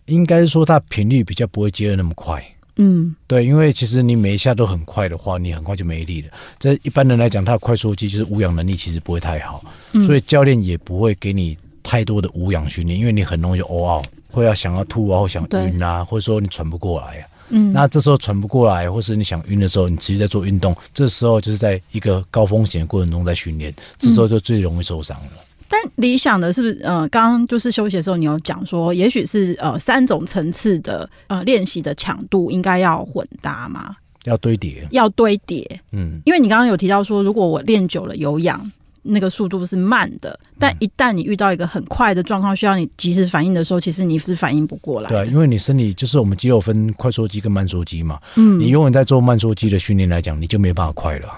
Speaker 3: 应该说它频率比较不会接的那么快。
Speaker 1: 嗯
Speaker 3: 对，因为其实你每一下都很快的话，你很快就没力了。这一般人来讲，他的快速肌就是无氧能力其实不会太好，
Speaker 1: 嗯
Speaker 3: 所以教练也不会给你太多的无氧训练，因为你很容易就 all out，会要想要吐啊，或想晕啊，或者说你喘不过来啊。
Speaker 1: 嗯？
Speaker 3: 那这时候喘不过来，或是你想晕的时候，你持续在做运动，这时候就是在一个高风险的过程中在训练，这
Speaker 1: 嗯
Speaker 3: 时候就最容易受伤了。
Speaker 1: 但理想的是不是？呃，刚刚就是休息的时候，你有讲说，也许是呃三种层次的呃练习的强度应该要混搭嘛，
Speaker 3: 要堆叠，
Speaker 1: 要堆叠。
Speaker 3: 嗯，
Speaker 1: 因为你刚刚有提到说，如果我练久了有氧，那个速度是慢的，但一旦你遇到一个很快的状况，需要你及时反应的时候，其实你是反应不过来
Speaker 3: 对啊，
Speaker 1: 的。
Speaker 3: 因为你身体就是我们肌肉分快缩肌跟慢缩肌嘛，你
Speaker 1: 嗯
Speaker 3: 永远在做慢缩肌的训练来讲，你就没办法快了。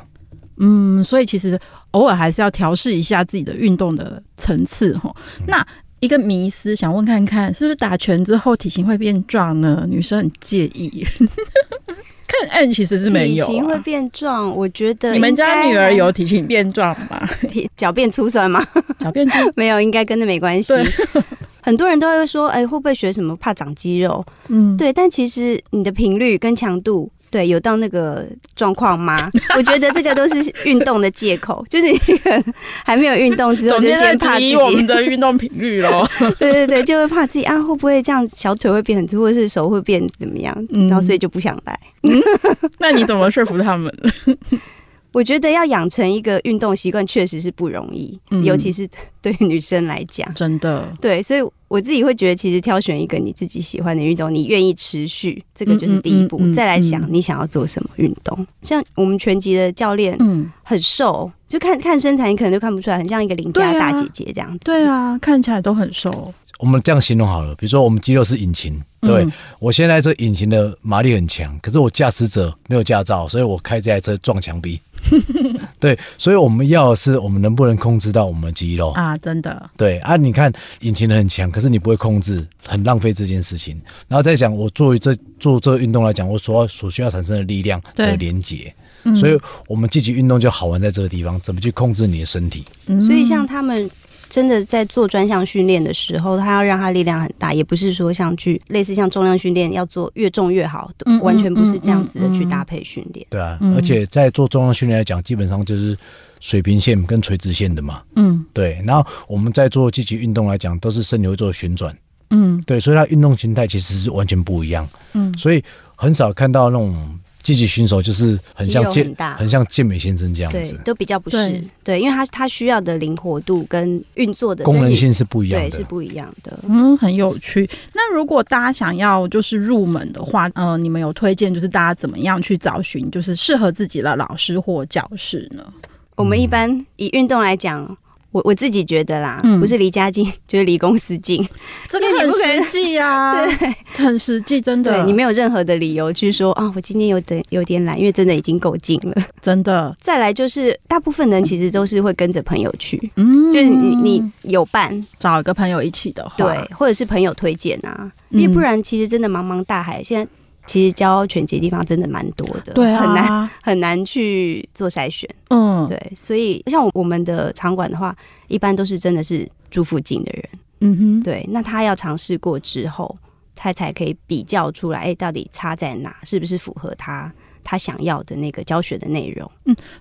Speaker 1: 嗯，所以其实偶尔还是要调试一下自己的运动的层次哈。那一个迷思，想问看看，是不是打拳之后体型会变壮呢？女生很介意。 看 N 其实是没有、
Speaker 2: 体型会
Speaker 1: 啊，
Speaker 2: 变壮，我觉得
Speaker 1: 你们家
Speaker 2: 应该
Speaker 1: 女儿有体型变壮吗？
Speaker 2: 体脚变粗算吗？
Speaker 1: 小变粗，
Speaker 2: 没有，应该跟那没关系
Speaker 1: 对。
Speaker 2: 很多人都会说，哎、会不会学什么怕长肌肉？
Speaker 1: 嗯，
Speaker 2: 对，但其实你的频率跟强度，对，有到那个状况吗？我觉得这个都是运动的借口，就是你还没有运动之后
Speaker 1: 总
Speaker 2: 就
Speaker 1: 监在
Speaker 2: 先怕自
Speaker 1: 质疑我们
Speaker 2: 己，
Speaker 1: 的运动频率喽。
Speaker 2: 对对对，就会怕自己啊，会不会这样小腿会变很粗，或者是手会变怎么样？
Speaker 1: 嗯
Speaker 2: 然后所以就不想来。
Speaker 1: 那你怎么说服他们？
Speaker 2: 我觉得要养成一个运动习惯确实是不容易，
Speaker 1: 嗯
Speaker 2: 尤其是 对于女生来讲。
Speaker 1: 真的，
Speaker 2: 对，所以我自己会觉得，其实挑选一个你自己喜欢的运动，你愿意持续，这个就是第一步。
Speaker 1: 嗯嗯嗯嗯
Speaker 2: 再来想你想要做什么运动。像我们拳击的教练
Speaker 1: 嗯，
Speaker 2: 很瘦，就看看身材，你可能就看不出来，很像一个邻家
Speaker 1: 对啊
Speaker 2: 大姐姐这样子。
Speaker 1: 对啊，看起来都很瘦，
Speaker 3: 我们这样形容好了，比如说我们肌肉是引擎，对、
Speaker 1: 嗯
Speaker 3: 我现在这引擎的马力很强，可是我驾驶者没有驾照，所以我开这台车撞墙 壁。对，所以我们要的是我们能不能控制到我们的肌肉。
Speaker 1: 啊，真的，
Speaker 3: 对啊，你看引擎很强，可是你不会控制，很浪费这件事情。然后再讲，我作为这做这个运动来讲，我所所需要产生的力量
Speaker 1: 对
Speaker 3: 的连结，
Speaker 1: 嗯
Speaker 3: 所以我们积极运动就好玩在这个地方，怎么去控制你的身体？
Speaker 2: 所
Speaker 1: 嗯
Speaker 2: 以像他们真的在做专项训练的时候，他要让他力量很大，也不是说像去类似像重量训练要做越重越好，
Speaker 1: 嗯嗯
Speaker 2: 完全不是这样子的
Speaker 1: 嗯嗯
Speaker 2: 去搭配训练。
Speaker 3: 对啊，
Speaker 1: 嗯
Speaker 3: 而且在做重量训练来讲，基本上就是水平线跟垂直线的嘛。
Speaker 1: 嗯
Speaker 3: 对，然后我们在做积极运动来讲，都是身体会做旋转。
Speaker 1: 嗯
Speaker 3: 对，所以它运动形态其实是完全不一样。
Speaker 1: 嗯，
Speaker 3: 所以很少看到那种积极选手，就是很像
Speaker 2: 肌肉
Speaker 3: 健
Speaker 2: 很大
Speaker 3: 像健美先生这样
Speaker 2: 对
Speaker 3: 子，，
Speaker 2: 都比较不是
Speaker 1: 对
Speaker 2: 对因为他他需要的灵活度跟运作的
Speaker 3: 功
Speaker 2: 身
Speaker 3: 能
Speaker 2: 体
Speaker 3: 性是不一样
Speaker 2: 对
Speaker 3: 的
Speaker 2: 是。不一样的。
Speaker 1: 嗯，很有趣。那如果大家想要就是入门的话，呃，你们有推荐就是大家怎么样去找寻就是适合自己的老师或教室呢？
Speaker 2: 我
Speaker 3: 嗯
Speaker 2: 们一般以运动来讲，我我自己觉得啦，
Speaker 1: 嗯
Speaker 2: 不是离家近 就是离公司近，
Speaker 1: 这
Speaker 2: 因
Speaker 1: 个
Speaker 2: 为
Speaker 1: 很
Speaker 2: 你不可能
Speaker 1: 实际啊，
Speaker 2: 对
Speaker 1: 很实际，真的，
Speaker 2: 对你没有任何的理由去说啊，我今天有点有点懒，因为真的已经够近了。
Speaker 1: 真的，
Speaker 2: 再来就是，大部分人其实都是会跟着朋友去，
Speaker 1: 嗯，
Speaker 2: 就是你你有伴，
Speaker 1: 找一个朋友一起的话，
Speaker 2: 对，或者是朋友推荐啊，
Speaker 1: 嗯
Speaker 2: 因为不然其实真的茫茫大海，现在其实教拳击的地方真的蛮多的，
Speaker 1: 对啊，
Speaker 2: 很难，很难去做筛选，
Speaker 1: 嗯，
Speaker 2: 对，所以像我们的场馆的话，一般都是真的是住附近的人，
Speaker 1: 嗯哼，
Speaker 2: 对，那他要尝试过之后，他才可以比较出来，哎、到底差在哪，是不是符合他他想要的那个教学的内容。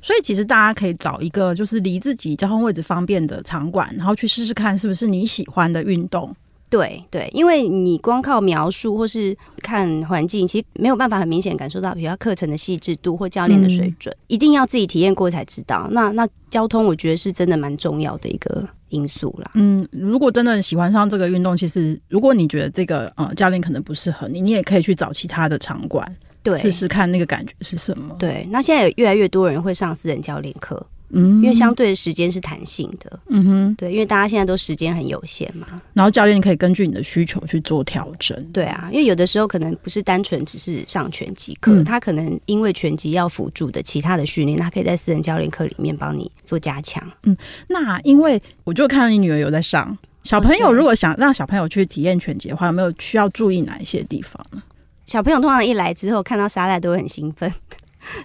Speaker 1: 所以其实大家可以找一个就是离自己交通位置方便的场馆，然后去试试看是不是你喜欢的运动。
Speaker 2: 对对，因为你光靠描述或是看环境，其实没有办法很明显感受到，比如说课程的细致度或教练的水
Speaker 1: 嗯
Speaker 2: 准，一定要自己体验过才知道。那那交通，我觉得是真的蛮重要的一个因素啦。
Speaker 1: 嗯，如果真的喜欢上这个运动，其实如果你觉得这个呃教练可能不适合你，你也可以去找其他的场馆
Speaker 2: 对。
Speaker 1: 试试看那个感觉是什么。，
Speaker 2: 对，那现在有越来越多人会上私人教练课，
Speaker 1: 嗯
Speaker 2: 因为相对的时间是弹性的。
Speaker 1: 嗯哼，
Speaker 2: 对，因为大家现在都时间很有限嘛。
Speaker 1: 然后教练可以根据你的需求去做调整。
Speaker 2: 对啊，因为有的时候可能不是单纯只是上拳击课，
Speaker 1: 嗯
Speaker 2: 他可能因为拳击要辅助的其他的训练，他可以在私人教练课里面帮你做加强。
Speaker 1: 那因为我就看到你女儿有在上。小朋友
Speaker 2: 对
Speaker 1: 如果想让小朋友去体验拳击的话，有没有需要注意哪一些地方呢？
Speaker 2: 小朋友通常一来之后看到沙袋都会很兴奋，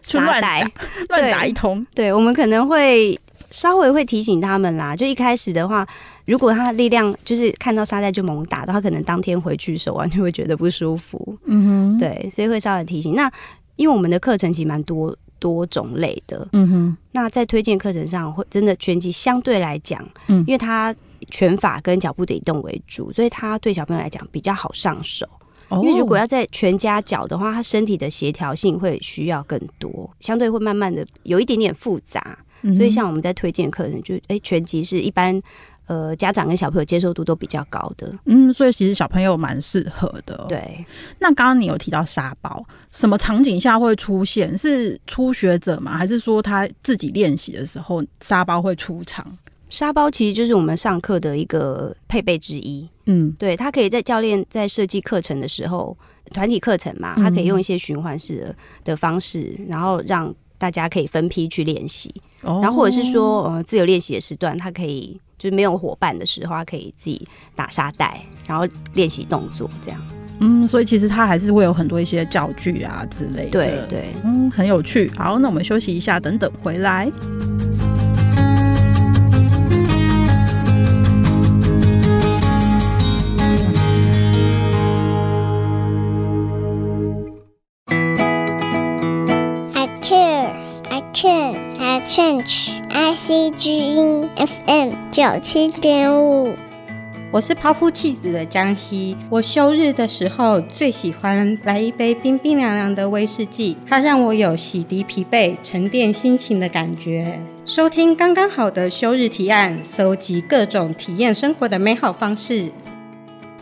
Speaker 1: 就
Speaker 2: 沙
Speaker 1: 乱
Speaker 2: 袋
Speaker 1: 打，乱打一通，
Speaker 2: 对我们可能会稍微会提醒他们啦。就一开始的话，如果他力量就是看到沙袋就猛打的话，可能当天回去手腕就会觉得不舒服，
Speaker 1: 嗯哼，，
Speaker 2: 对，所以会稍微提醒。那因为我们的课程其实蛮多多种类的，
Speaker 1: 嗯哼，
Speaker 2: 那在推荐课程上会真的拳击相对来讲，
Speaker 1: 嗯
Speaker 2: 因为它拳法跟脚步的移动为主，所以它对小朋友来讲比较好上手。
Speaker 1: 哦
Speaker 2: 因为如果要在全家脚的话，他身体的协调性会需要更多，相对会慢慢的有一点点复杂。
Speaker 1: 嗯
Speaker 2: 所以像我们在推荐课程，就哎、拳击是一般呃家长跟小朋友接受度都比较高的。
Speaker 1: 嗯，所以其实小朋友蛮适合的。，哦
Speaker 2: 对，
Speaker 1: 那刚刚你有提到沙包，什么场景下会出现？是初学者吗？还是说他自己练习的时候沙包会出场？
Speaker 2: 沙包其实就是我们上课的一个配备之一。
Speaker 1: 嗯
Speaker 2: 对，他可以在教练在设计课程的时候，团体课程嘛，
Speaker 1: 嗯
Speaker 2: 他可以用一些循环式的的方式，然后让大家可以分批去练习。
Speaker 1: 哦
Speaker 2: 然后或者是说，呃，自由练习的时段，他可以就是没有伙伴的时候，他可以自己打沙袋，然后练习动作这样。
Speaker 1: 嗯，所以其实他还是会有很多一些教具啊之类的。
Speaker 2: 对，对，
Speaker 1: 嗯，很有趣。好，那我们休息一下，等等回来。
Speaker 6: I care, I care, I change. I C 之音 FM 九七点五。
Speaker 8: 我是抛夫弃子的江西。我休日的时候最喜欢来一杯冰冰凉凉的威士忌，它让我有洗涤疲惫、沉淀心情的感觉。收听刚刚好的休日提案，搜集各种体验生活的美好方式。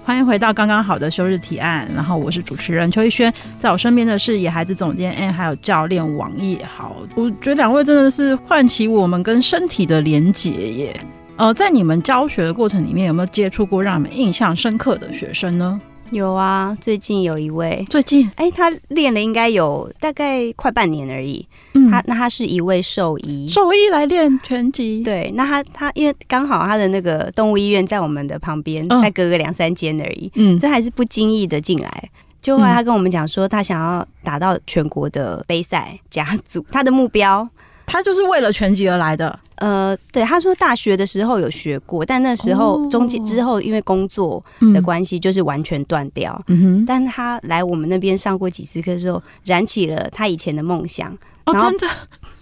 Speaker 1: 欢迎回到刚刚好的休日提案，然后我是主持人邱逸轩，在我身边的是野孩子总监 N，还有教练王毅豪。我觉得两位真的是唤起我们跟身体的连结耶。呃，在你们教学的过程里面，有没有接触过让你们印象深刻的学生呢？
Speaker 2: 有啊，最近有一位，
Speaker 1: 最近，
Speaker 2: 哎、他练了应该有大概快半年而已。
Speaker 1: 嗯，
Speaker 2: 他那他是一位兽医，
Speaker 1: 兽医来练拳击，，
Speaker 2: 对，那他他因为刚好他的那个动物医院在我们的旁边，
Speaker 1: 嗯
Speaker 2: 大概隔个两三间而已，
Speaker 1: 嗯，
Speaker 2: 所以还是不经意的进来。就后来他跟我们讲说，他想要打到全国的杯赛甲组，他的目标。
Speaker 1: 他就是为了拳击而来的。
Speaker 2: 呃，对，他说大学的时候有学过，但那时候
Speaker 1: 哦
Speaker 2: 中间之后因为工作
Speaker 1: 嗯
Speaker 2: 的关系，就是完全断掉。
Speaker 1: 嗯哼，
Speaker 2: 但他来我们那边上过几次课之后，燃起了他以前的梦想，
Speaker 1: 哦，
Speaker 2: 然后
Speaker 1: 真的，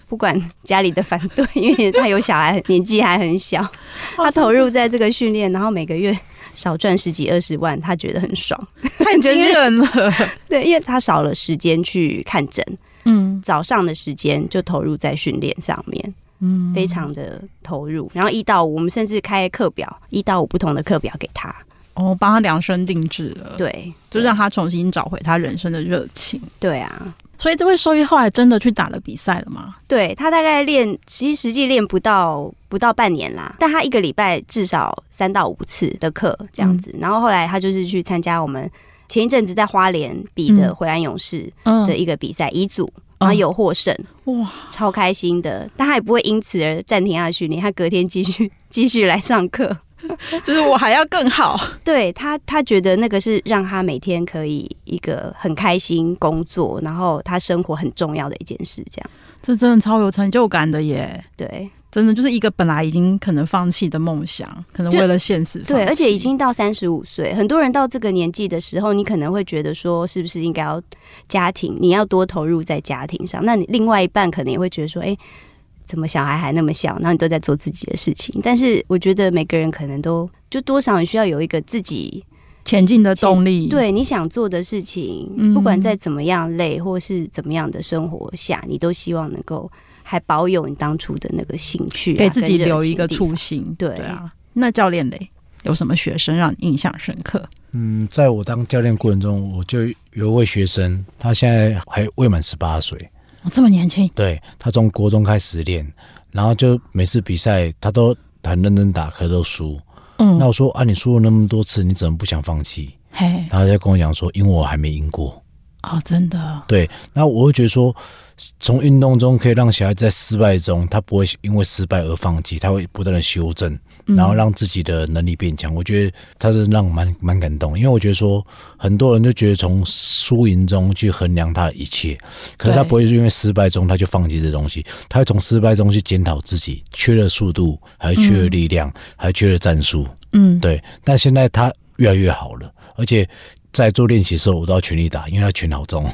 Speaker 2: 不管家里的反对，因为他有小孩，年纪还很小，他投入在这个训练，然后每个月少赚十几二十万，他觉得很爽。
Speaker 1: 太
Speaker 2: 就是
Speaker 1: 惊人了。
Speaker 2: 对，因为他少了时间去看诊，
Speaker 1: 嗯
Speaker 2: 早上的时间就投入在训练上面，
Speaker 1: 嗯，
Speaker 2: 非常的投入。然后一到五，我们甚至开课表，一到五不同的课表给他。
Speaker 1: 哦，帮他量身定制了，，
Speaker 2: 对，
Speaker 1: 就让他重新找回他人生的热情。
Speaker 2: 对啊，
Speaker 1: 所以这位兽医后来真的去打了比赛了吗？
Speaker 2: 对他大概练，其实实际练不到不到半年啦，但他一个礼拜至少三到五次的课这样子。然后后来他就是去参加我们前一阵子在花莲比的
Speaker 1: 嗯
Speaker 2: 回蓝勇士
Speaker 1: 嗯
Speaker 2: 的一个比赛乙组，然后有获胜，
Speaker 1: 哇，
Speaker 2: 超开心的。但他也不会因此而暂停他的训练，他隔天继续 继续来上课。
Speaker 1: 就是我还要更好。
Speaker 2: 对他，他觉得那个是让他每天可以一个很开心工作，然后他生活很重要的一件事。这样
Speaker 1: 这真的超有成就感的耶！
Speaker 2: 对
Speaker 1: 真的就是一个本来已经可能放弃的梦想，可能
Speaker 2: 就
Speaker 1: 为了现实放
Speaker 2: 对，
Speaker 1: 弃
Speaker 2: 而且已经到三十五岁，很多人到这个年纪的时候，你可能会觉得说，是不是应该要家庭，你要多投入在家庭上。那你另外一半可能也会觉得说，哎。怎么小孩还那么小，然后你都在做自己的事情？但是我觉得每个人可能都就多少你需要有一个自己
Speaker 1: 前进的动力。，
Speaker 2: 对你想做的事情，
Speaker 1: 嗯
Speaker 2: 不管在怎么样累或是怎么样的生活下，你都希望能够还保有你当初的那个兴趣啊、
Speaker 1: 给自己留一个
Speaker 2: 跟热情
Speaker 1: 初
Speaker 2: 的地
Speaker 1: 心。
Speaker 2: 对
Speaker 1: 啊，那教练嘞，有什么学生让你印象深刻？
Speaker 3: 嗯，在我当教练过程中，我就有一位学生，他现在还未满十八岁，
Speaker 1: 哦，这么年轻，
Speaker 3: 对他从国中开始练，然后就每次比赛他都很认真打，可都输。
Speaker 1: 嗯
Speaker 3: 那，我说啊，你输了那么多次，你怎么不想放弃？
Speaker 1: 嘿，
Speaker 3: 然后他就跟我讲说，因为我还没赢过。
Speaker 1: 哦，真的，
Speaker 3: 对，那我会觉得说，从运动中可以让小孩在失败中，他不会因为失败而放弃，他会不断的修正，然后让自己的能力变强。我觉得他是让我蛮蛮感动，因为我觉得说，很多人就觉得从输赢中去衡量他的一切，可是他
Speaker 1: 对
Speaker 3: 不会因为失败中他就放弃这东西，他会从失败中去检讨自己，缺了速度，还缺了力量，还缺了战术。
Speaker 1: 嗯，
Speaker 3: 对，但现在他越来越好了，而且在做练习的时候，我都要全力打，因为他拳好重。
Speaker 2: 方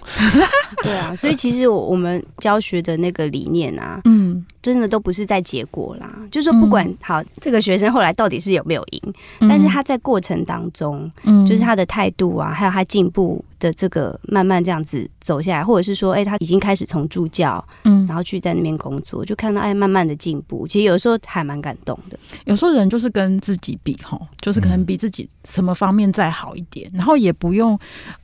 Speaker 2: 对啊，所以其实我我们教学的那个理念啊，
Speaker 1: 嗯，
Speaker 2: 真的都不是在结果啦，就是说不管、好这个学生后来到底是有没有赢，
Speaker 1: 嗯，
Speaker 2: 但是他在过程当中，
Speaker 1: 嗯，
Speaker 2: 就是他的态度啊，还有他进步的这个慢慢这样子走下来，或者是说，哎、他已经开始从助教，
Speaker 1: 嗯
Speaker 2: 然后去在那边工作，就看到哎，慢慢的进步。其实有时候还蛮感动的。
Speaker 1: 有时候人就是跟自己比吼，就是可能比自己什么方面再好一点，然后也不用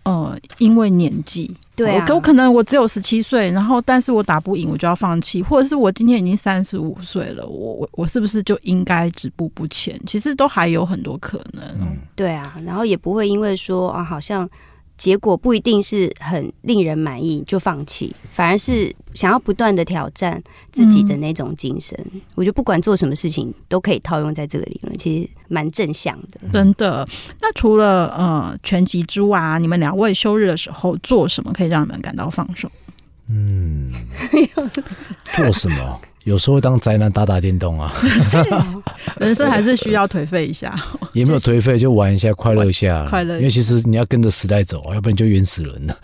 Speaker 1: 呃，因为年纪，
Speaker 2: 对啊
Speaker 1: 我可我可能我只有十七岁，然后但是我打不赢，我就要放弃，或者是我今天已经三十五岁了，我我我是不是就应该止步不前？其实都还有很多可能。
Speaker 3: 嗯
Speaker 2: 对啊，然后也不会因为说啊，好像结果不一定是很令人满意就放弃，反而是想要不断的挑战自己
Speaker 1: 嗯
Speaker 2: 的那种精神。我觉得不管做什么事情，都可以套用在这个理论，其实蛮正向的。
Speaker 1: 真的，那除了呃拳击之外啊，你们两位休日的时候做什么可以让你们感到放松？
Speaker 3: 嗯，做什么？有时候当宅男打打电动啊，
Speaker 1: 人生还是需要颓废一下。
Speaker 3: 也没有颓废，就玩一下，快乐一下，
Speaker 1: 哦
Speaker 3: 啊
Speaker 1: 快乐
Speaker 3: 因为其实你要跟着时代走，啊要不然就原始人啊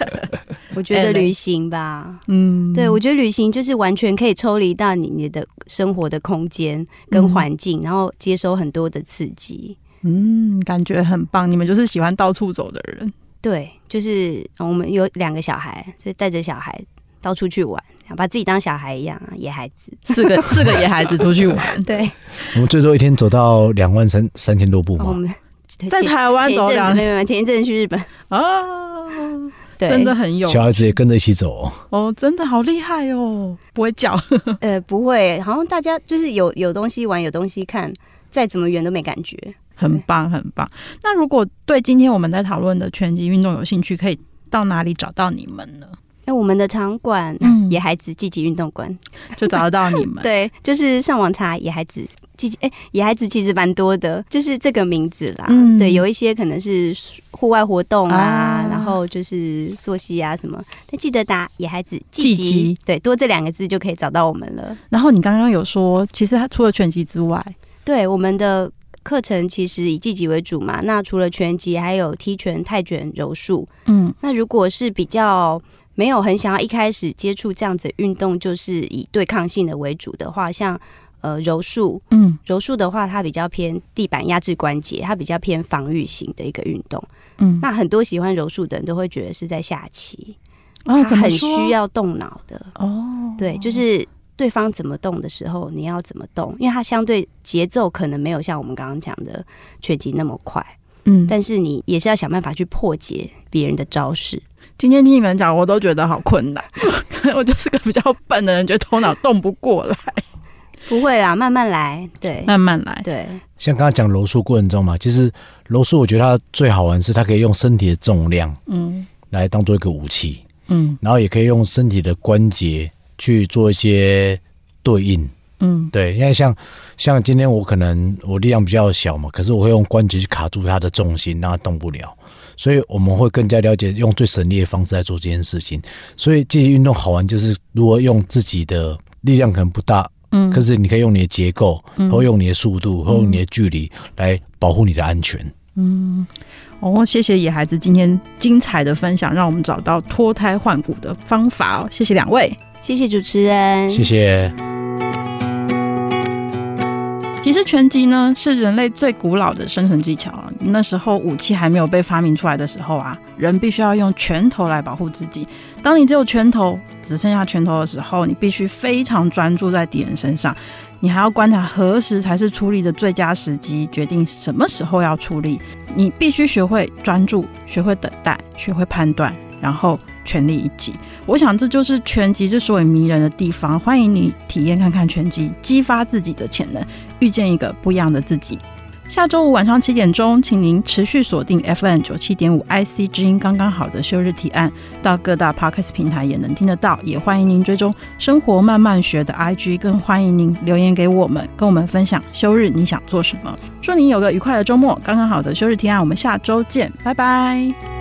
Speaker 3: 了。
Speaker 2: 我觉
Speaker 1: 哎
Speaker 2: 得
Speaker 1: 嘞
Speaker 2: 旅行吧，
Speaker 1: 嗯，
Speaker 2: 对，我觉得旅行就是完全可以抽离到你你的生活的空间跟环境，然后接收很多的刺激。
Speaker 1: 嗯，感觉很棒。你们就是喜欢到处走的人，
Speaker 2: 对，就是呃我们有两个小孩，所以带着小孩到处去玩，把自己当小孩一样啊，野孩子。
Speaker 1: 四 个四个野孩子出去玩，
Speaker 2: 对，
Speaker 3: 我们最多一天走到两万三三千多步
Speaker 2: 哦我
Speaker 1: 哦
Speaker 3: 嘛，
Speaker 2: 们
Speaker 1: 在台湾
Speaker 2: 前一
Speaker 1: 走
Speaker 2: 阵子
Speaker 1: 两
Speaker 2: 没有没有，前一阵子去日 本，
Speaker 1: 啊，
Speaker 2: 对，
Speaker 1: 真的很有
Speaker 3: 小孩子也跟着一起走。
Speaker 1: 哦，真的好厉害哦，不会 叫，
Speaker 2: 呃不会，好像大家就是有有东西玩，有东西看，再怎么远都没感觉。
Speaker 1: 很棒很棒。那如果对今天我们在讨论的拳击运动有兴趣，可以到哪里找到你们呢？
Speaker 2: 那我们的场馆、
Speaker 1: 嗯
Speaker 2: 野孩子积极运动馆，
Speaker 1: 就找得到你们。
Speaker 2: 对，就是上网查野孩子。积极哎，野孩子其实蛮多的，就是这个名字啦。
Speaker 1: 嗯
Speaker 2: 对，有一些可能是户外活动啊，
Speaker 1: 啊
Speaker 2: 然后就是溯溪啊什么。但记得打野孩子
Speaker 1: 积
Speaker 2: 积
Speaker 1: 极
Speaker 2: 极，对，多这两个字就可以找到我们了。
Speaker 1: 然后你刚刚有说，其实它除了拳击之外，
Speaker 2: 对，我们的课程其实以积极为主嘛。那除了拳击，还有踢拳、泰拳、柔术。
Speaker 1: 嗯，
Speaker 2: 那如果是比较没有很想要一开始接触这样子的运动，就是以对抗性的为主的话，像呃柔术，
Speaker 1: 嗯
Speaker 2: 柔术的话它比较偏地板压制关节，它比较偏防御型的一个运动。
Speaker 1: 嗯，
Speaker 2: 那很多喜欢柔术的人都会觉得是在下棋，
Speaker 1: 哦，
Speaker 2: 它
Speaker 1: 怎么
Speaker 2: 很
Speaker 1: 说
Speaker 2: 需要动脑的，
Speaker 1: 哦，
Speaker 2: 对，就是。对方怎么动的时候，你要怎么动？因为它相对节奏可能没有像我们刚刚讲的拳击那么快，
Speaker 1: 嗯，
Speaker 2: 但是你也是要想办法去破解别人的招式。
Speaker 1: 今天听你们讲，我都觉得好困难， 我就是个比较笨的人，觉得头脑动不过来，
Speaker 2: 不会啦，慢慢来，对，
Speaker 1: 慢慢来。
Speaker 2: 对，
Speaker 3: 像刚刚讲柔术过程中嘛，其实柔术我觉得它最好玩是它可以用身体的重量
Speaker 1: 嗯
Speaker 3: 来当做一个武器，
Speaker 1: 嗯
Speaker 3: 然后也可以用身体的关节去做一些对应。
Speaker 1: 嗯
Speaker 3: 对，因为像像今天我可能我力量比较小嘛，可是我会用关节去卡住它的重心，让它动不了。所以我们会更加了解用最省力的方式来做这件事情。所以这些运动好玩就是，如果用自己的力量可能不大，
Speaker 1: 嗯，
Speaker 3: 可是你可以用你的结构，或用你的速度，或用你的距离来保护你的安全。
Speaker 1: 哦，谢谢野孩子今天精彩的分享，让我们找到脱胎换骨的方法哦。谢谢两位。
Speaker 2: 谢谢主持人，
Speaker 3: 谢谢。
Speaker 1: 其实拳击呢是人类最古老的生存技巧啊。那时候武器还没有被发明出来的时候啊，人必须要用拳头来保护自己。当你只有拳头，只剩下拳头的时候，你必须非常专注在敌人身上，你还要观察何时才是出力的最佳时机，决定什么时候要出力。你必须学会专注，学会等待，学会判断，然后全力以击。我想这就是拳击之所以迷人的地方。欢迎你体验看看拳击，激发自己的潜能。遇见一个不一样的自己。下周五晚上七点钟，请您持续锁定 FM 九七点五 IC 之音刚刚好的休日提案，到各大 Podcast 平台也能听得到。也欢迎您追踪生活慢慢学的 IG，更欢迎您留言给我们，跟我们分享休日你想做什么。祝您有个愉快的周末，刚刚好的休日提案，我们下周见，拜拜。